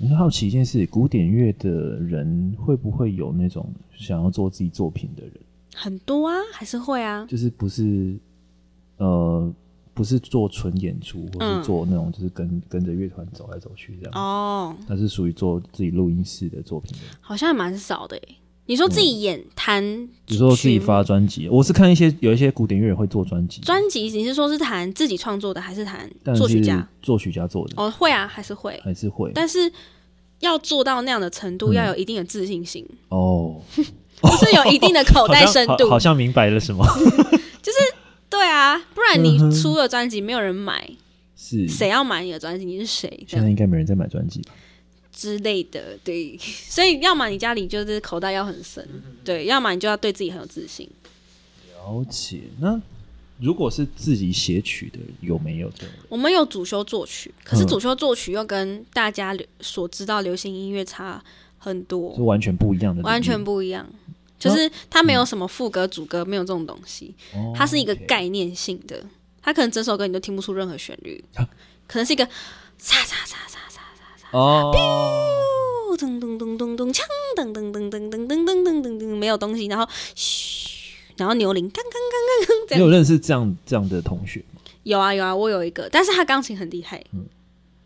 我就好奇一件事，古典乐的人会不会有那种想要做自己作品的人？很多啊，还是会啊。就是不是呃，不是做纯演出，或是嗯做那种就是跟、跟着乐团走来走去这样。哦，他是属于做自己录音室的作品的，好像还蛮少的诶。你说自己演弹，比如嗯说自己发专辑。我是看一些有一些古典乐人会做专辑，专辑，你是说是弹自己创作的，还是弹但是作曲家？作曲家做的、哦，会啊，还是会，还是会但是要做到那样的程度，嗯要有一定的自信心，哦，不是有一定的口 好袋像深好，度好。像明白了什 么对啊，不然嗯你哼出了专辑没有人买，是。谁要买你的专辑？你是谁？这现在样应该没人在买专辑吧？之类的，对。所以要么你家里就是口袋要很深，对；要么你就要对自己很有自信。了解。那如果是自己写曲的，有没有这种人？我们有主修作曲，可是嗯主修作曲又跟大家流所知道流行音乐差很多是，完全不一样的领域，完全不一样。嗯就是它没有什么副歌、主歌，没有这种东西，哦，它是一个 OK 概念性的，它可能整首歌你都听不出任何旋律啊，可能是一个嚓嚓嚓嚓嚓，哦。哦噔噔噔噔噔，锵噔噔噔噔噔噔噔噔噔噔，没有东西，然后嘘，然后牛铃，刚刚刚刚刚这你有样，认识这样这样的同学吗？有啊有啊，我有一个，但是他钢琴很厉害嗯，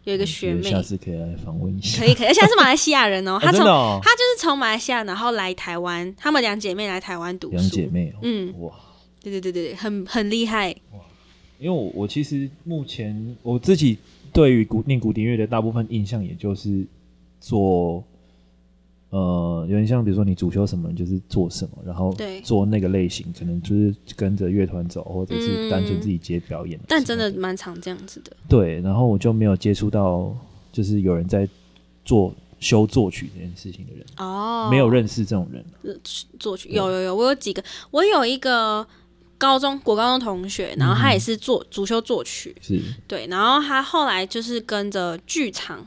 有一个我学觉妹得，下次可以来访问一下。可以可以，而 且他是马来西亚人哦，他哦真从的哦她就是从马来西亚，然后来台湾，她们两姐妹来台湾读两姐书。妹哦，嗯，哇！对对对对，对很很厉害。因为我我其实目前我自己对于古念古典乐的大部分印象，也就是做呃，有点像比如说你主修什么，你就是做什么，然后对做那个类型，可能就是跟着乐团走，或者是单纯自己接表演。嗯但真的蛮常这样子的，对，然后我就没有接触到就是有人在做修作曲这件事情的人，哦，没有认嗯识这种人。作曲，有有有，我有几个，我有一个高中国高中同学，然后他也是做主修作曲，是对，然后他后来就是跟着剧场，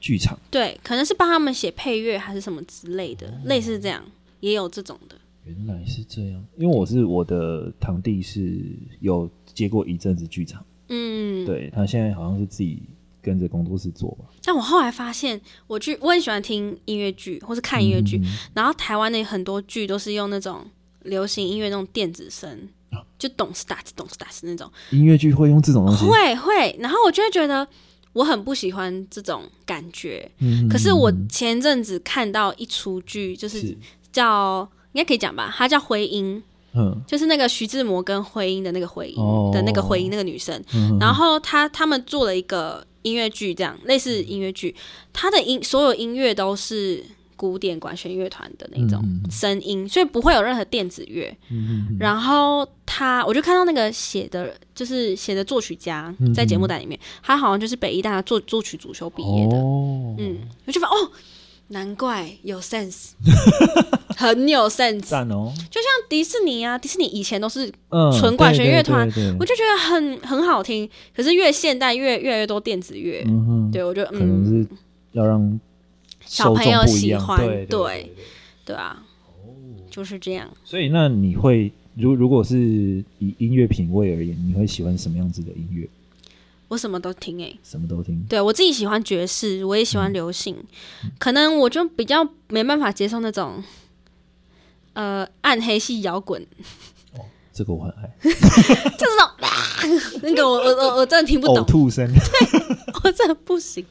剧场。对，可能是帮他们写配乐还是什么之类的，类似这样，也有这种的，原来是这样，因为我是我的堂弟是有接过一阵子剧场，嗯，对他现在好像是自己跟着工作室做吧。但我后来发现，我去我很喜欢听音乐剧或是看音乐剧，嗯然后台湾的很多剧都是用那种流行音乐那种电子声，啊就咚斯打咚斯打斯那种，音乐剧会用这种东西，会会，然后我就会觉得我很不喜欢这种感觉。嗯可是我前阵子看到一出剧，就是是叫应该可以讲吧，它叫《回音嗯》，就是那个徐志摩跟回音的那个回音、哦的那个回音那个女生，嗯然后她他们做了一个音乐剧，这样类似音乐剧，她的音所有音乐都是古典管弦乐团的那种嗯声音，所以不会有任何电子乐。嗯然后他，我就看到那个写的，就是写的作曲家嗯在节目单里面，他好像就是北医大作作曲主修毕业的，哦，嗯，我就发现哦，难怪有 sense，很有 sense。像赞哦，迪士尼啊，迪士尼以前都是，嗯，纯管弦乐团对，对对我对就觉得很很好听，可是越现代越越来越多电子乐，嗯哼，对我觉得可能嗯，是要让小受朋众友不一喜样欢对对对。对啊，就是这样。所以，那你会如如果是以音乐品味而言，你会喜欢什么样子的音乐？我什么都听诶、什么都听。对我自己喜欢爵士，我也喜欢流行，嗯可能我就比较没办法接受那种，呃，暗黑系摇滚，这个我很爱，就是那种、 啊、那个我我我我真的听不呕懂，吐声。 我真的不行。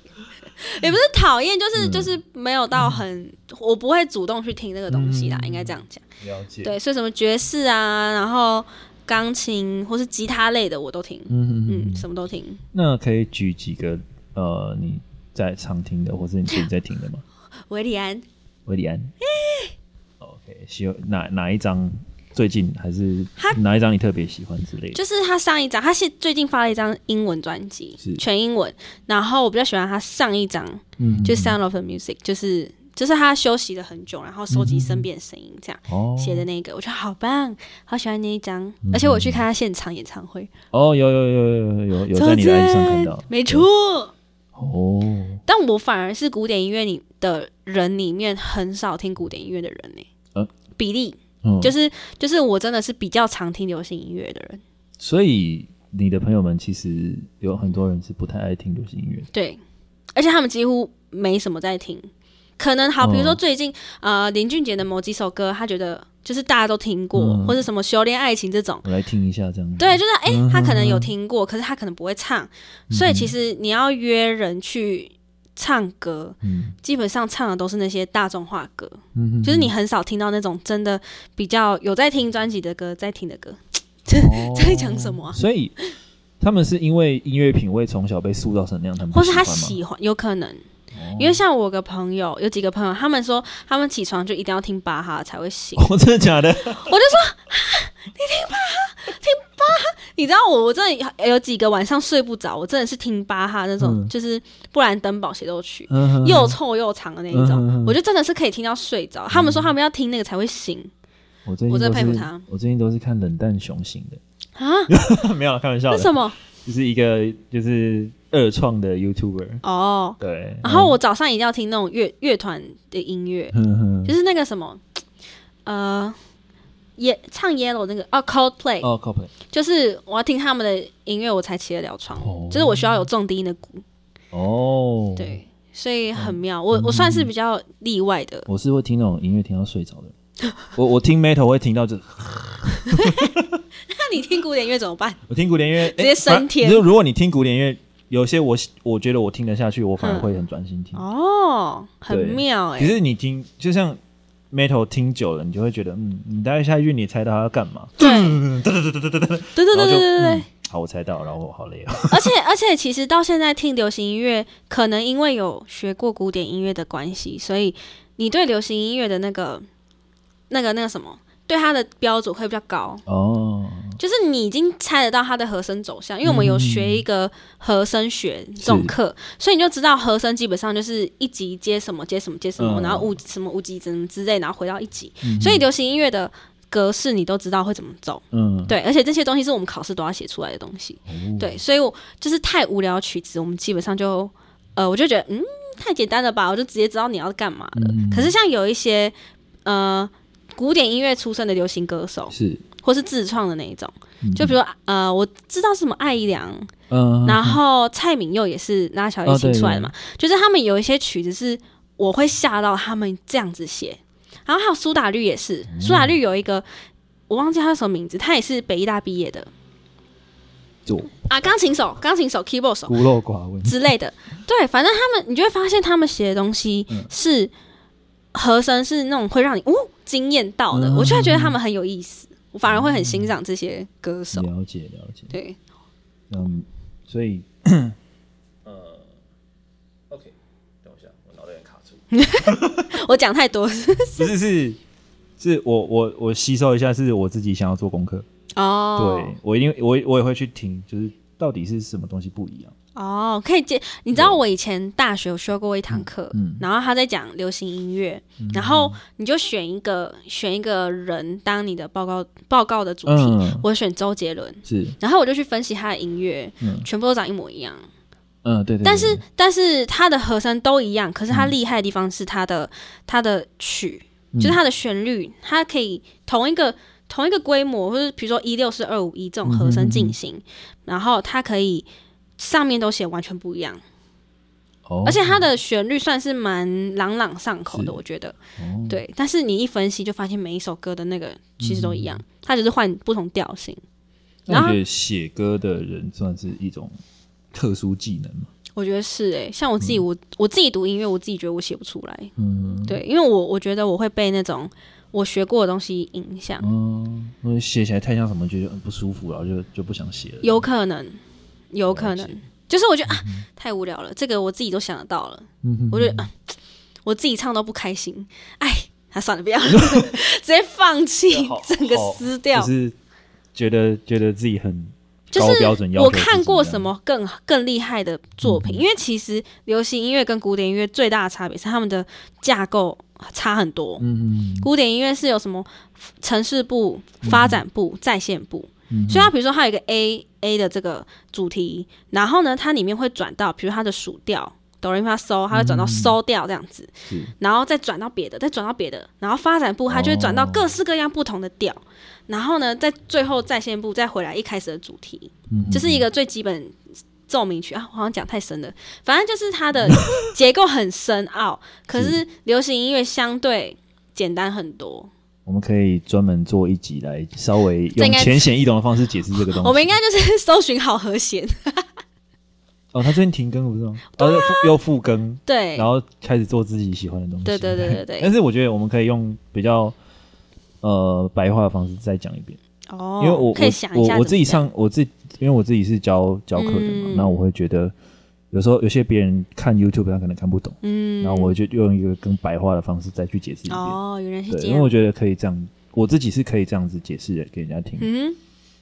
也不是讨厌，嗯就是就是没有到很，我不会主动去听那个东西啦，嗯应该这样讲。了解，对，所以什么爵士啊，然后钢琴或是吉他类的我都听，嗯嗯嗯，嗯。什么都听。那可以举几个呃你在常听的，或是你自己在听的 吗？维里安，维里安。OK，喜欢哪哪一张？最近还是他哪一张你特别喜欢之类的？就是他上一张，他是最近发了一张英文专辑是，全英文。然后我比较喜欢他上一张，嗯就《Sound of the Music》，就是就是他休息了很久，然后收集身边的声音这样。嗯哦嗯写的那个，我觉得好棒，好喜欢那一张，而且我去看他现场演唱会，哦，有有有有有有有超在你的 IG 上看赞到没错。哦，但我反而是古典音乐里的人里面很少听古典音乐的人呢、嗯比例嗯就是就是我真的是比较常听流行音乐的人，所以你的朋友们其实有很多人是不太爱听流行音乐的。对，而且他们几乎没什么在听，可能好，比如说哦最近、呃林俊杰的某几首歌，他觉得就是大家都听过，嗯或者什么修炼爱情这种，我来听一下这样子。对，就是哎、诶他可能有听嗯过，可是他可能不会唱，所以其实你要约人去唱歌，嗯，基本上唱的都是那些大众化歌，嗯哼就是你很少听到那种真的比较有在听专辑的歌，在听的歌，哦在讲什么啊所以他们是因为音乐品味从小被塑造成那样，他们不或是他欢吗喜欢，有可能，哦因为像我有个朋友，有几个朋友，他们说他们起床就一定要听巴哈才会醒， 哦，真的假 的？你知道我我真的有几个晚上睡不着，我真的是听巴哈那种，嗯就是布兰登堡协奏曲，嗯又臭又长的那一种，嗯嗯嗯我就真的是可以听到睡着。他们说他们要听那个才 会醒我最近我真的都是佩服他我最近都是看冷淡雄醒啊？的， 没有啦开玩笑为 的，什么？就是一个就是二创的 YouTuber。哦，对，然后我早上一定要听那种乐乐团的音乐，嗯哼就是那个什么，呃，也唱 Yellow 那个哦，Coldplay，、哦 c o p 就是我要听他们的音乐我才起得了床，哦就是我需要有重低音的鼓，哦，，嗯对，所以很妙。我我算是比较例外的，我是会听那种音乐听到睡着的人。我我听 metal 会听到这 那你听古典乐怎么办？我听古典乐直接升天就如果你听古典乐，有些我我觉得我听得下去，我反而嗯会很专心听。哦，很对妙哎、可是你听，就像 metal 听久了，你就会觉得，嗯，你大概下一句你猜到他要干嘛，对，对对对对然后就对对对嗯，好，我猜到，然后我好累啊。而且而且，其实到现在听流行音乐，可能因为有学过古典音乐的关系，所以你对流行音乐的那个、那个、那个什么，对它的标准会比较高。哦，就是你已经猜得到它的和声走向，因为我们有学一个和声学这种课，所以你就知道和声基本上就是一级接什么接什么接什么，嗯然后五什么五级什么之类，然后回到一级。所以流行音乐的格式你都知道会怎么走。嗯，对，而且这些东西是我们考试都要写出来的东西。对，所以我就是太无聊的曲子，我们基本上就呃，我就觉得嗯太简单了吧，我就直接知道你要干嘛的。可是像有一些呃古典音乐出身的流行歌手，是，或是自创的那一种。嗯就比如说呃，我知道是什么艾怡良，嗯，哦然后蔡敏佑也是拉小提琴出来的嘛，就是他们有一些曲子是我会吓到他们这样子写，然后还有苏打绿也是，嗯苏打绿有一个我忘记他叫什么名字，他也是北医大毕业的左啊，钢琴手、钢琴手、keyboard 手孤陋寡闻，之类的，对，反正他们你就会发现他们写的东西嗯是和声是那种会让你哦惊艳到的，嗯我就会觉得他们很有意思，我反而会很欣赏这些歌手，了解了解，对，嗯，所以我讲太 多不是是是我我我吸收一下，是我自己想要做功课，哦，对我一定我我也会去听，就是到底是什么东西不一样，哦，可以接。你知道我以前大学有修过一堂课，嗯然后他在讲流行音乐，然后你就选一个选一个人当你的报告报告的主题。嗯，我选周杰伦，是，然后我就去分析他的音乐，嗯全部都长一模一样。嗯，对对，但对是但是他的和声都一样，可嗯是他厉害的地方是他的、他的曲，就是他的旋律，它可以同一个同一个规模，或者比如说一六四二五一这种和声进行，然后它可以上面都写完全不一样，哦而且它的旋律算是蛮朗朗上口是嗯的，我觉得。哦对，但是你一分析就发现每一首歌的那个其实都一样，它只是换不同调性。嗯那然我后觉得写歌的人算是一种特殊技能嘛？我觉得是诶、像我自己，我我自己读音乐，我自己觉得我写不出来。嗯，对，因为我我觉得我会被那种我学过的东西影响，嗯，因为写起来太像什么，觉得嗯不舒服，然后就就不想写了。有可能，有可了解能，就是我觉得啊，太无聊了，这个我自己都想得到了，嗯哼我觉得、啊、我自己唱都不开心，哎，那、算 了，不要了，直接放弃好，整个好撕掉就。是觉得觉得自己很就高是标准要求我自己看过这样嗯什么更更厉害的作品，因为其实流行音乐跟古典音乐最大的差别是他们的架构差很多。嗯古典音乐是有什么城市部、发展部、在线部，嗯所以它比如说它有一个 A A 的这个主题，然后呢，它里面会转到，比如它的属调哆来咪发嗦，它会转到收调这样子，嗯是然后再转到别的，再转到别的，然后发展部它就会转到各式各样不同的调，然后呢，在最后在线部再回来一开始的主题，嗯这是一个最基本奏鸣曲啊，我好像讲太深了，反正就是 它的结构很深奥，可是流行音乐相对简单很多。我们可以专门做一集来稍微这用应该浅显易懂的方式解释这个东西。我们应该就是搜寻好和弦， 哦，他最近停更了不是吗？哦，又复又复更，啊对然，后开始做自己喜欢的东西。对对对对对 但是我觉得我们可以用比较呃白话的方式再讲一遍。哦，因为我可以想一我下我我自己怎么上我自己，因为我自己是教教课的嘛，嗯那我会觉得有时候有些别人看 YouTube 他可能看不懂，嗯，然后我就用一个更白话的方式再去解释一遍，哦，原来是这对，因为我样，觉得可以这样，我自己是可以这样子解释的给人家听，嗯，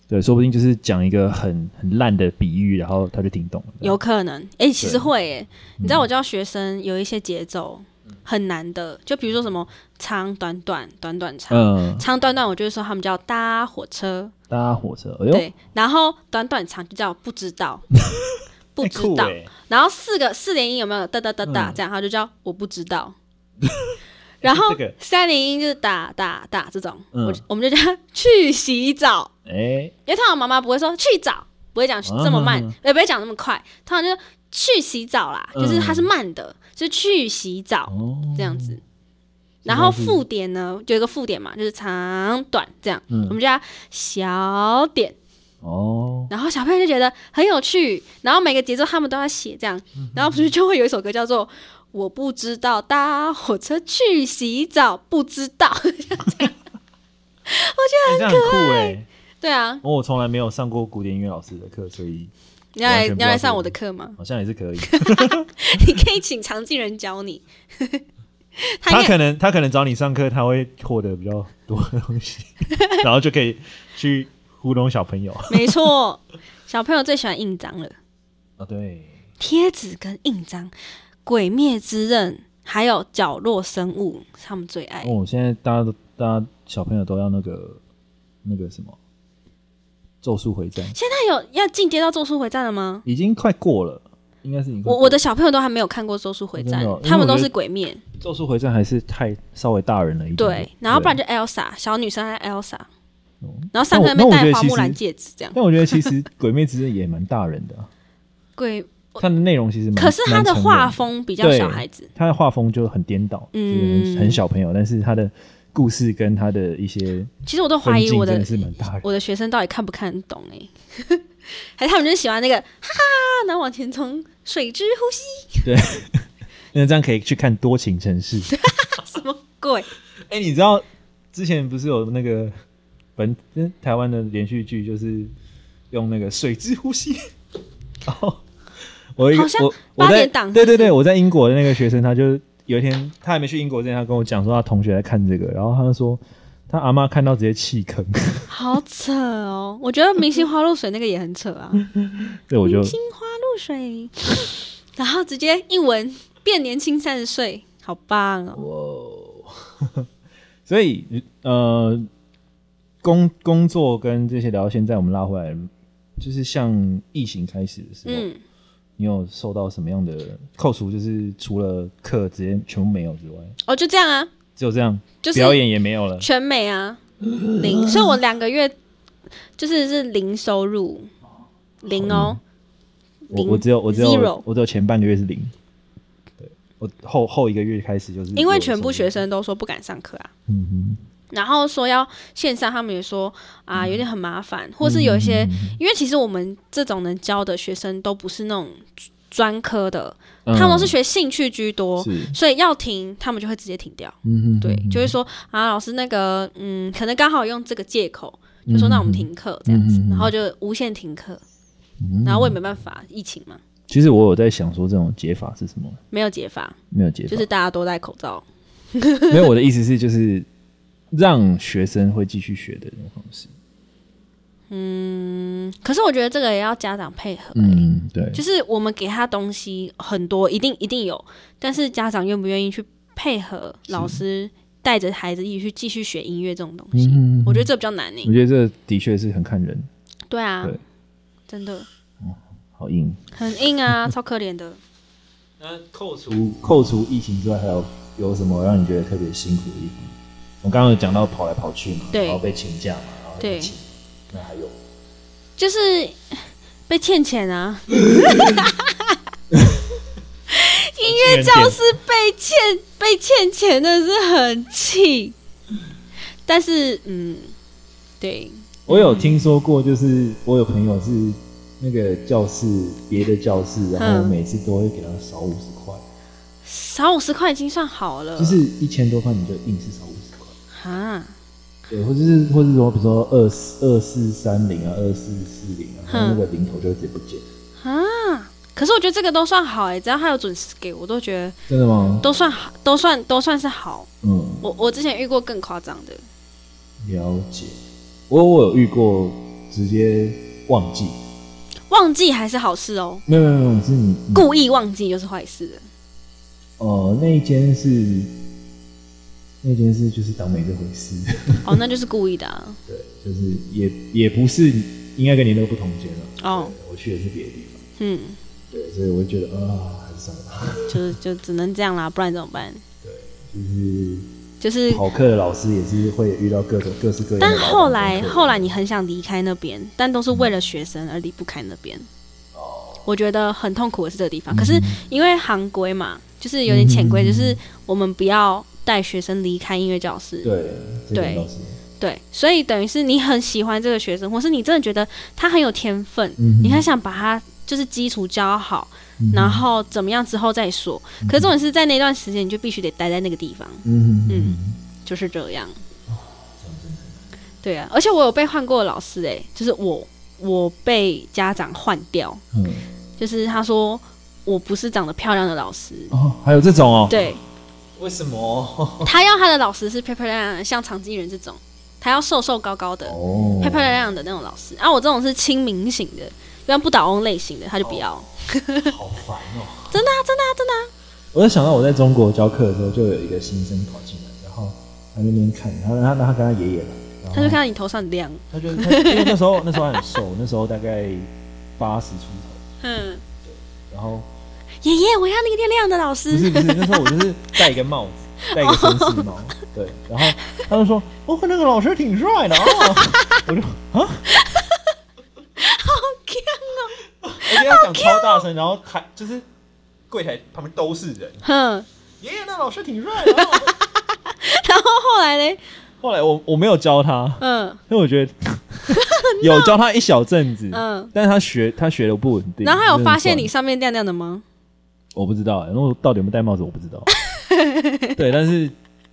对，啊说不定就是讲一个很很烂的比喻，然后他就听懂了，有可能，哎、其实对嗯会耶，你知道我教学生有一些节奏很难的，就比如说什么长短短短短长。嗯，长短短，我就会说他们叫搭火车，搭火车，哎呦，对，然后短短长就叫不知 道，不太知酷道，欸然后四个四连音有没有哒哒哒哒嗯这样，它就叫我不 知道。然后这个三连音就是哒哒哒这种，嗯我我们就叫它去洗澡，哎，因为通常妈妈不会说去澡，不会讲这么慢嗯，也不会讲那么快，通常就是去洗澡啦，嗯就是它是慢的，就是去洗澡哦，这样子。然后附点呢，就有一个附点嘛，就是长短这样，嗯我们叫它小点。哦，然后小朋友就觉得很有趣，然后每个节奏他们都要写这样，嗯然后不是就会有一首歌叫做《我不知道搭火车去洗澡》，不知道， 哎这样很酷哎，对啊，哦我从来没有上过古典音乐老师的课，所以你要来完全不知道你要来上我的课吗？ 好像也是可以。你可以请常进人教你， 他他应该可能他可能找你上课，他会获得比较多的东 西，然后就可以去糊弄小朋友啊、没错，小朋友最喜欢印章了，对，贴纸跟印章，《鬼灭之刃》还有角落生物，是他们最爱。哦，现在大家都大家小朋友都要那个那个什么《咒术回战》，现在有要进阶到咒术回战了吗？已经快过了，应该是你我我的小朋友都还没有看过《咒术回战真的哦》，他们因为都我觉是得鬼面。 《咒术回战》还是太稍微大人了一点点。对，然后不然嗯对就 Elsa 小女生还嗯 Elsa，然后上课那我那我那边觉戴得花其木兰实戒指这样。但我觉得其实《鬼灭之刃》也蛮大人的啊、鬼，它的内容其实蛮可是她蛮的成人画风比较对小孩子。它的画风就很颠倒，嗯就是很很小朋友，但是它的故事跟它的一些其实我都怀分疑镜我真的的是蛮大人。我的学生到底看不看得懂哎、欸， 还是他们就是喜欢那个哈哈，然后往前冲，水之呼吸那这样可以去看《多情城市》。什么鬼？ 哎、你知道之前不是有那个本嗯台湾的连续剧，就是用那个水之呼吸，然后我一个好像我我八在点档对对是不对，是我在英国的那个学生，他就有一天他还没去英国之前，他跟我讲说他同学在看这个，然后他就说他阿妈看到直接弃坑， 好扯哦！我觉得明星花露水那个也很扯啊，对我就明星花露水， 然后直接一闻变年轻三十岁，好棒哦！ 所以呃，工工作跟这些聊到现在，我们拉回来，就是像疫情开始的时候，嗯，你有受到什么样的扣除？就是除了课直接全部没有之外，哦，就这样啊，只有这样，就是表演也没有了。全美啊，零，所以我两个月就是是零收入，零哦，我零我只有我只有 zero 我只有前半个月是零，对我后后一个月开始就是因为有全部收入学，生都说不敢上课啊。嗯哼，然后说要线上，他们也说嗯啊有点很麻烦，或是有一些，因为其实我们这种能教的学生都不是那种专科的，嗯他们都是学兴趣居多，是，所以要停他们就会直接停掉。嗯哼，对，嗯就会说啊老师那个嗯，可能刚好用这个借口，哼就说那我们，停课这样嗯子嗯嗯，然后就无限停课，嗯然后我也没办法，疫情嘛，其实我有在想说这种解法是什么，没有解法，没有解法，就是大家都戴口罩。 没有，我的意思是就是让学生会继续学的那种方式。嗯，可是我觉得这个也要家长配合、欸。嗯，对，就是我们给他东西很多，一定一定有，但是家长愿不愿意去配合老师带着孩子一起去继续学音乐这种东西，嗯我觉得这比较难呢、欸我觉得这的确是很看人，对啊，对真的好硬。很硬啊，超可怜的。那扣除扣除疫情之外，还有有什么让你觉得特别辛苦的地方？我刚刚有讲到跑来跑去嘛，对然后被请假嘛，然后对疫情，那还有就是被欠钱啊，音乐教室被欠被欠钱真的是很气，但是嗯，对，我有听说过，就是我有朋友是那个教室别的教室，然后嗯每次都会给他少五十块，少五十块已经算好了，就是一千多块你就硬是少五十块。啊，对，或者是或者说，比如说二四二四三零啊，二四四零啊，然后那个零头就会直接不见。啊！可是我觉得这个都算好哎、只要他有准时给我，都觉得真的吗？都算好，都算都算是好。嗯，我我之前遇过更夸张的，了解。我我有遇过直接忘记，忘记还是好事哦，没有没有没有，是你你故意忘记就是坏事了。呃那一间是那间是就是当没这回事，哦，那就是故意的、啊。 对，就是也也不是应该跟你那个不同间了、哦，我去的是别的地方，嗯，对，所以我就觉得啊，还是算了吧，就是就只能这样啦，不然怎么办？ 就是就是，跑课的老师也是会遇到各种各式各样的但老板后来跟客人后来你很想离开那边，但都是为了学生而离不开那边。哦我觉得很痛苦的是这个地方，可是嗯因为行规嘛，就是有点潜规，就是我们不要带学生离开音乐教室。对，这对点倒是，对，所以等于是你很喜欢这个学生，或是你真的觉得他很有天分，嗯哼你很想把他就是基础教好，嗯然后怎么样之后再说。可是重点是在那段时间，你就必须得待在那个地方，嗯哼嗯，就是这样。哦对啊，而且我有被换过的老师、欸，就是我我被家长换掉，嗯，就是他说我不是长得漂亮的老师，哦，还有这种哦， 对为什么？他要他的老师是漂漂亮亮的，像常金人这种，他要瘦瘦高高的，哦漂漂亮亮的那种老师。啊，我这种是亲民型的，一般不倒翁类型的，他就哦不要。好烦哦！真的啊，真的啊，真的啊。我就想到我在中国教课的时候，就有一个新生跑进来，然后他那边看，然后他他跟他爷爷来，然他后就看到你头上很亮，他就他因为那时候那时候还很瘦，那时候大概八十出头，嗯，然后爷爷，我要那个亮亮的老不是师。不是，那时候我就是戴一个帽子，戴一个绅士帽， 对，然后他就说：“哦，那个老师挺帅的啊。”我就啊，而且他讲超大声，然后台就是柜台旁边都是人。 哼，爷爷，那老师挺帅的啊。然后后来嘞， 后来我我没有教他，嗯因为我 觉得 有教他一小阵子，嗯，但是他学他学的不稳定。然后还有真的发现算你上面亮亮的吗？我不知道、欸，然后到底有没有戴帽子，我不知 道。对，但是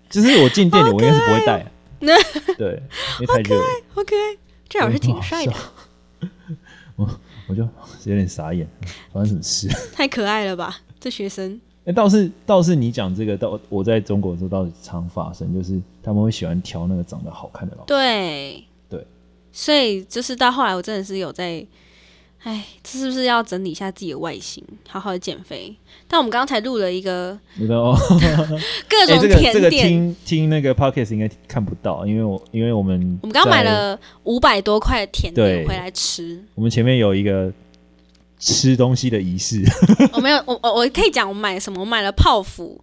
就是我进店里，我应该是不会戴、啊 对，因为太热了， OK，这老师挺帅的我，我就 有点傻眼，发生什么事？ 太可爱了吧，这学生。那倒是倒是你讲这个，到我在中国的时候倒是常发生，就是他们会喜欢挑那个长得好看的老师。对对，所以就是到后来，我真的是有在，哎，这是不是要整理一下自己的外形，好好的减肥？但我们刚才录了一个你知道吗？各哎、种这个甜这个点，听听那个 podcast 应该看不到，因为我因为我们我们刚刚买在了五百多块的甜对点回来吃。我们前面有一个吃东西的仪式，我没有，我我我可以讲我买什么？我买了泡芙、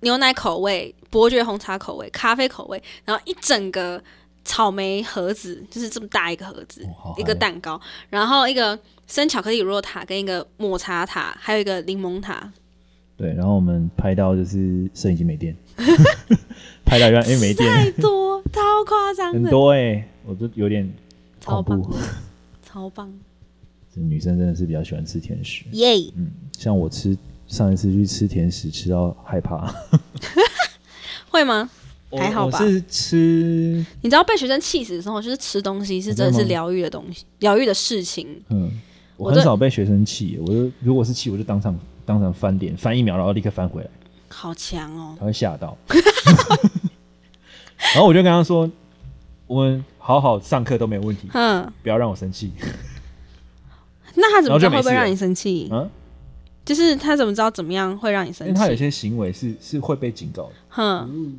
牛奶口味、伯爵红茶口味、咖啡口味，然后一整个草莓盒子，就是这么大一个盒子，哦好一个嗨蛋糕，然后一个生巧克力乳酪塔跟一个抹茶塔，还有一个柠檬塔，对，然后我们拍到就是摄影机没 电，拍到一半哎、没电，太多，超夸张很的，多哎、我都有点超恐棒怖。超棒， 这女生真的是比较喜欢吃甜食，耶、嗯，像我吃上一次去吃甜食吃到害怕，会吗？我还好吧我是吃你知道被学生气死的时候，就是吃东西是真的真的是吗疗愈的东西，疗愈的事情。嗯，我我很对少被学生气，我就如果是气，我就当场当场翻脸，翻一秒，然后立刻翻回来，好强哦！他会吓到。 然后我就跟他说，我们好好上课都没有问题，嗯，不要让我生 气。那他怎么知然后就道没会不会事了让你生气？啊，就是他怎么知道怎么样会让你因生为他有气？些行为是是会被警告的。哼，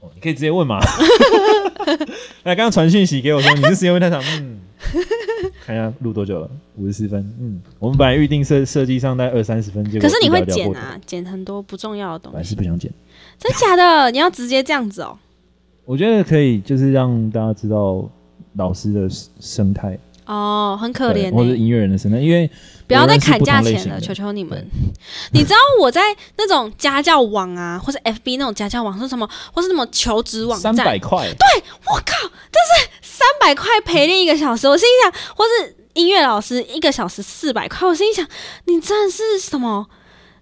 哦，你可以直接问 嘛。那刚刚传讯息给我说你是时间会太长，嗯，看一下录多久了，五十四分，嗯，我们本来预定设设计上大概二三十分，结果可是你会一聊聊剪过头，啊，剪很多不重要的本来东是西，不想剪，真假的？你要直接这样子哦？我觉得可以就是让大家知道老师的生态，哦，很可对怜或者是欸，音乐人的生态，因为不要我再认识砍不同价类钱型了，的求求你们！你知道我在那种家教网啊，或是 FB 那种家教网是什么，或是什么求职网三站，百块，我靠，这是三百块陪练一个小时，我心里想，或是音乐老师一个小时四百块，我心里想，你真的是什么？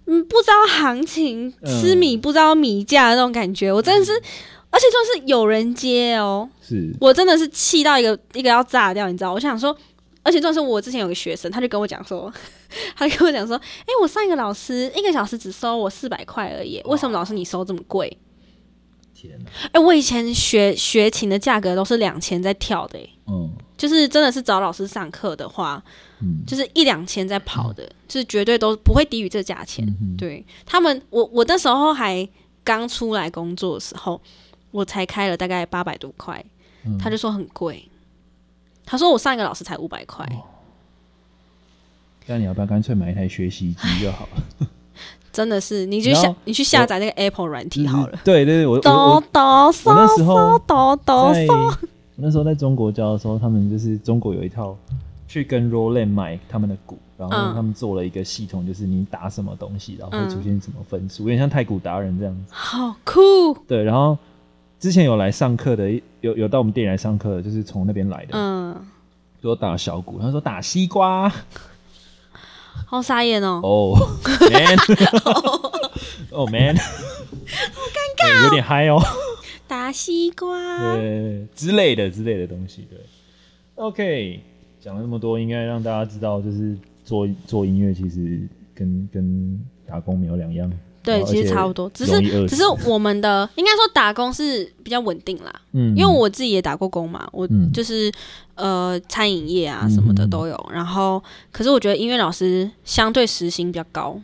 嗯，不知道行情，嗯吃米不知道米价的那种感觉，我真的是，而且就是有人接哦，是我真的是气到一个一个要炸掉，你知道？我想说，而且重点是我之前有个学生，他就跟我讲说， 他就跟我讲说，哎、我上一个老师一个小时只收我四百块而已，为什么老师你收这么贵？天哪，哎、我以前学学琴的价格都是两千在跳的、欸，嗯就是真的是找老师上课的话，嗯，就是一两千在跑的，就是绝对都不会低于这价钱。嗯哼对他们，我我那时候还刚出来工作的时候，我才开了大概八百多块，嗯他就说很贵。他说我上一个老师才五百块，哦那你要不要干脆买一台学习机就好了？真的是，你去然后下你去下载那个 Apple 软体好了。对对对，我嗯我抖我抖我嗦那时候抖抖在我那时候在中国教的时候，他们就是中国有一套去跟 Roland 买他们的鼓，然后嗯他们做了一个系统，就是你打什么东西，然后嗯会出现什么分数，有点像太鼓达人这样子。好酷，对，然后之前有来上课的，有有到我们店里来上课的，就是从那边来的，嗯，给我打小鼓，他说打西瓜，好傻眼哦。哦 man，哦 man，好尴尬，有点嗨哦。打西瓜，对之类的之类的东西。对，OK，讲了那么多，应该让大家知道，就是做做音乐其实跟跟打工没有两样。对，然后其而实且差不多，只容易饿是只死是我们的应该说打工是比较稳定啦，嗯，因为我自己也打过工嘛，我嗯就是、呃餐饮业啊什么的嗯都有，然后可是我觉得音乐老师相对时薪比较高，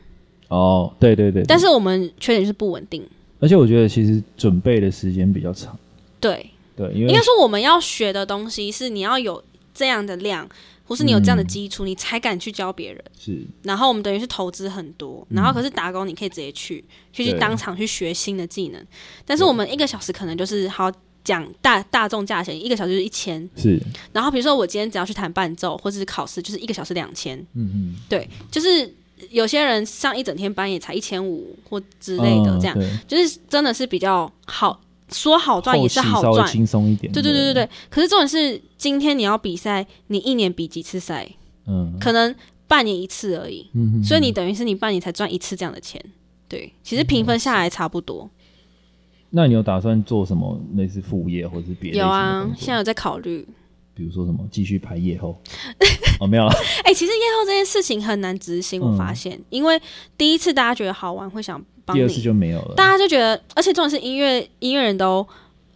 哦，对对对，但是我们缺点就是不稳定，而且我觉得其实准备的时间比较长，对，对，因为应该说我们要学的东西是你要有这样的量。或是你有这样的嗯基础，你才敢去教别人。是然后我们等于是投资很多，然后可是打工你可以直接去，就去嗯对当场去学新的技能。但是我们一个小时可能就是好讲大大众价钱，一个小时就是一千。是，然后比如说我今天只要去弹伴奏或者是考试，就是一个小时两千。嗯嗯对，就是有些人上一整天班也才一千五或之类的，嗯这样、对就是真的是比较好说好赚也后是期好稍微赚。轻松一点。对对对对，对，可是重点是今天你要比赛，你一年比几次赛？嗯可能半年一次而已。嗯，所以你等于是你半年才赚一次这样的钱。对，其实平嗯分下来差不多。那你有打算做什么类似副业或者是别的？有啊，现在有在考虑。比如说什么继续排业后， 哦没有了，哎、其实夜后这件事情很难执行，嗯我发现，因为第一次大家觉得好玩，会想帮第二次你，就没有了。大家就觉得，而且重点是音乐音乐人都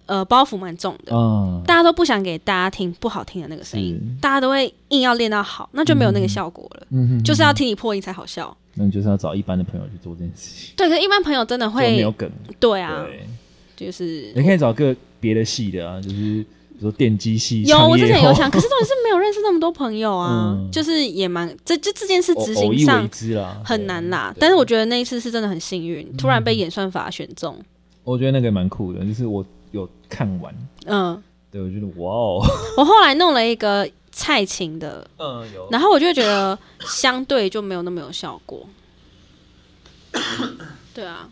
呃包袱蛮重的，啊，大家都不想给大家听不好听的那个声音，是，大家都会硬要练到好，那就没有那个嗯效果了。嗯哼，就是要听你破音才好笑，那你就是要找一般的朋友去做这件事情，对，可是一般朋友真的就没会有，梗。对啊，对，哎就是你可以找个别的系的啊，就是比如说电机系，有，唱我之业前有后 想，可是重点是没有认识那么多朋友啊，嗯就是也蛮这这这件事执偶偶行一为上之啦，很对难啦。对但是我觉得那一次是真的很幸运，突然被演算法选中。我觉得那个蛮酷的，就是我有看完，嗯，对我觉得哇哦，我后来弄了一个蔡琴的， 嗯有，然后我就觉得相对就没有那么有效 果。对啊，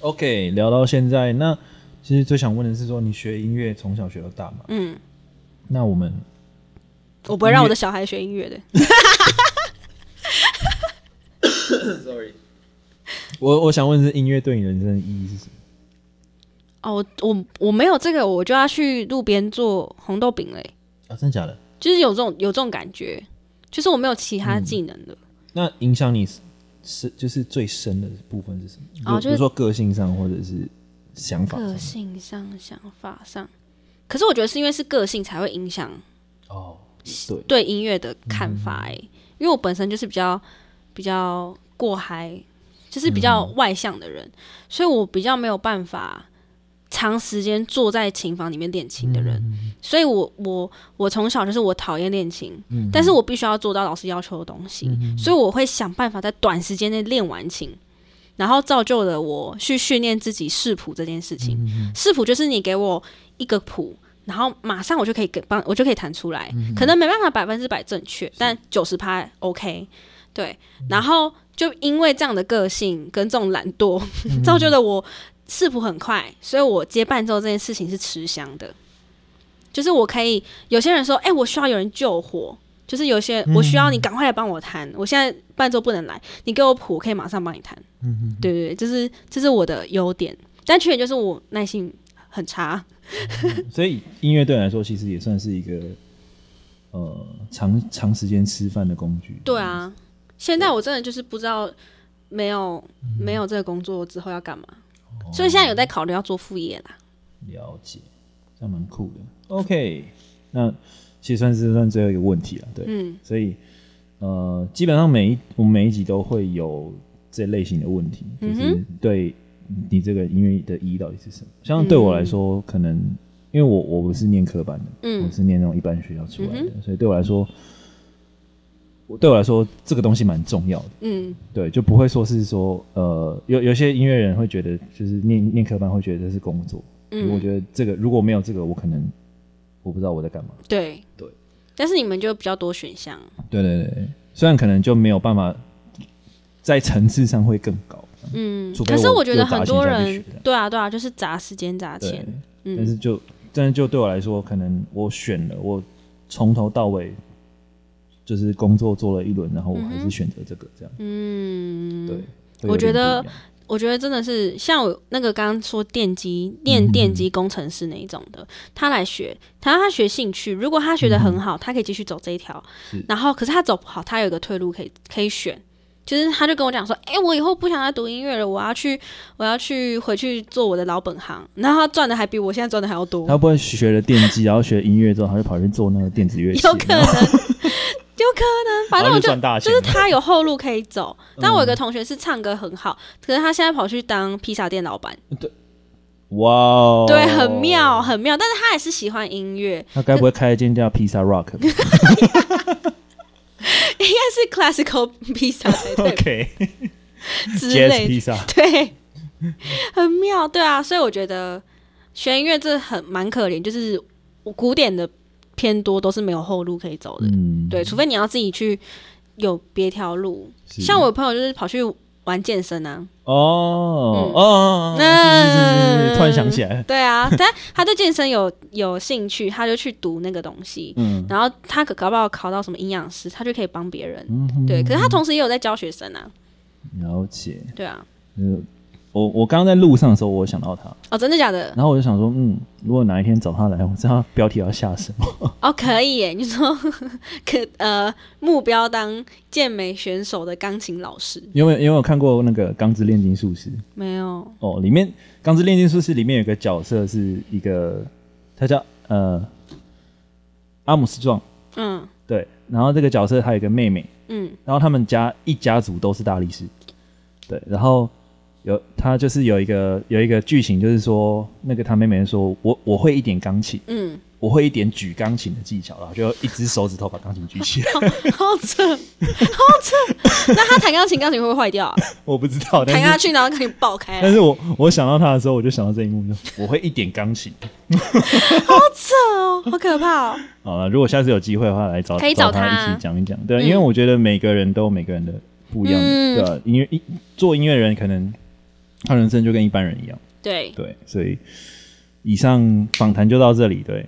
OK，聊到现在，那其实最想问的是说，你学音乐从小学到大嘛？嗯，那我们我不会让我的小孩学音乐的。我我想问的是，音乐对你人生的意义是什么？哦，我我我没有这个，我就要去路边做红豆饼嘞，啊，真的假的？就是有这种有这种感觉，就是我没有其嗯他技能的。那影响你是是就是最深的部分是什么？哦比如就是比如说个性上，或者是想法上个。性上、想法上，可是我觉得是因为是个性才会影响哦，对，对音乐的看法、欸。因为我本身就是比较比较过嗨，就是比较外向的人，所以我比较没有办法长时间坐在琴房里面练琴的人。所以我我我从小就是我讨厌练琴，但是我必须要做到老师要求的东西，所以我会想办法在短时间内练完琴，然后造就了我去训练自己视谱这件事情。视谱就是你给我一个谱，然后马上我就可以给帮我就可以弹出来，可能没办法百分之百正确，但九十趴 OK。对，然后就因为这样的个性跟这种懒惰，造就了我视谱很快，所以我接伴奏这件事情是吃香的。就是我可以，有些人说，哎、我需要有人救火，就是有些我需要你赶快来帮我弹，我现在伴奏不能来，你给我谱，我可以马上帮你弹。嗯对对对，就是这是我的优点，但缺点就是我耐性很差。所以音乐对你来说，其实也算是一个呃长长时间吃饭的工具。对，啊，现在我真的就是不知道没有嗯没有这个工作之后要干嘛，哦所以现在有在考虑要做副业啦。了解，这样蛮酷的。OK，那其实算是算最后一个问题了，对，嗯所以呃，基本上每一我们每一集都会有这类型的问题，嗯就是对你这个音乐的意义到底是什么？像对我来说，可能因为我我不是念科班的，我嗯是念那种一般学校出来的，所以对我来说，我对我来说这个东西蛮重要的。嗯对，就不会说是说，呃，有有些音乐人会觉得，就是念念科班会觉得这是工作，我嗯，觉得这个如果没有这个，我可能我不知道我在干嘛。对对。但是你们就比较多选项，对对对，虽然可能就没有办法在层次上会更高，嗯除，非可是我我觉得有砸很钱多下去人学的对啊对啊，就是砸时间砸对钱，。但嗯是就，但是就对我来说，可能我选了，我从头到尾就是工作做了一轮，然后我还嗯是哼选择这个这样。嗯，对，会我有觉点不一得样我觉得真的是像我那个刚刚说电机念嗯电机工程师那一种的，他来学，他他学兴趣，如果他学的很好，他可以继续走这一条嗯是。然后，可是他走不好，他有一个退路可以可以选，就是他就跟我讲说，哎、我以后不想再读音乐了，我要去我要去回去做我的老本行。然后他赚的还比我现在赚的还要多，他会不会学了电机，然后学音乐之后，他就跑去做那个电子乐器？有可 能，有然后可能，反哦然正后就我就赚大钱就了。嗯是他有后路可以走。但我有个同学是唱歌很好，可是他现在跑去当披萨店老板，哇哦，对，很。妙，很妙。但是他也是喜欢音乐， 他该不会开了一间叫 Pizza Rock？吧应该是 classical pizza 才对吧 OK，之 Jazz 类的， Pizza，对，很妙，对啊，所以我觉得弦乐这很蛮可怜，就是我古典的偏多都是没有后路可以走的，嗯，对，除非你要自己去有别条路，是，像我朋友就是跑去玩健身啊，哦嗯哦，是是是是，那突然想起来了，嗯对啊，但他对健身有有兴趣，他就去读那个东西，嗯，然后他可搞不好考到什么营养师，他就可以帮别人。嗯哼对，可是他同时也有在教学生啊，了解。对啊，嗯，我我刚刚在路上的时候，我想到他，哦，真的假的？然后我就想说，嗯，如果哪一天找他来，我知道标题要下什么。 哦，可以耶，你说 可呃目标当健美选手的钢琴老师因为因为我看过那个《钢之炼金术师》没有？哦，里面《钢之炼金术师》里面有个角色是一个，他叫呃阿姆斯壮，嗯对，然后这个角色他有一个妹妹，嗯然后他们家一家族都是大力士，对，然后有他就是有一个有一个剧情，就是说那个他妹妹说我我会一点钢琴，嗯，我会一点举钢琴的技巧，然后就一只手指头把钢琴举 起来，好扯，好扯。那他弹钢琴，钢琴会不会坏 掉啊？我不知道，弹下但是去，然后钢琴爆开但了，是我我想到他的时候，我就想到这一幕，就我会一点钢琴。扯哦，好可 怕哦。好了，如果下次有机会的话，来找可以找找他一起讲一讲，对，嗯因为我觉得每个人都有每个人的不一样，嗯对、吧？音乐一做音乐人可能他人生就跟一般人一样，对，对，所以以上访谈就到这里，对，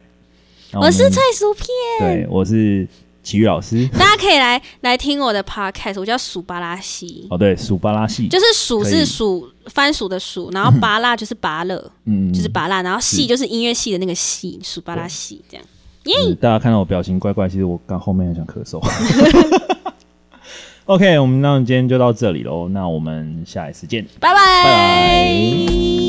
那我们是蔡薯片，对，我是奇遇老 师，大家可以来来听我的 podcast，我叫鼠巴拉西，哦，对，数巴拉系，就是鼠可以是鼠番薯的鼠， 然后巴拉就是拔乐，嗯就是拔拉，然后系是就是音乐系的那个系，鼠巴拉系这样。哎就是大家看到我表情怪怪，其实我刚后面很想咳 嗽。OK，我们那今天就到这里喽，那我们下一次见。拜拜。拜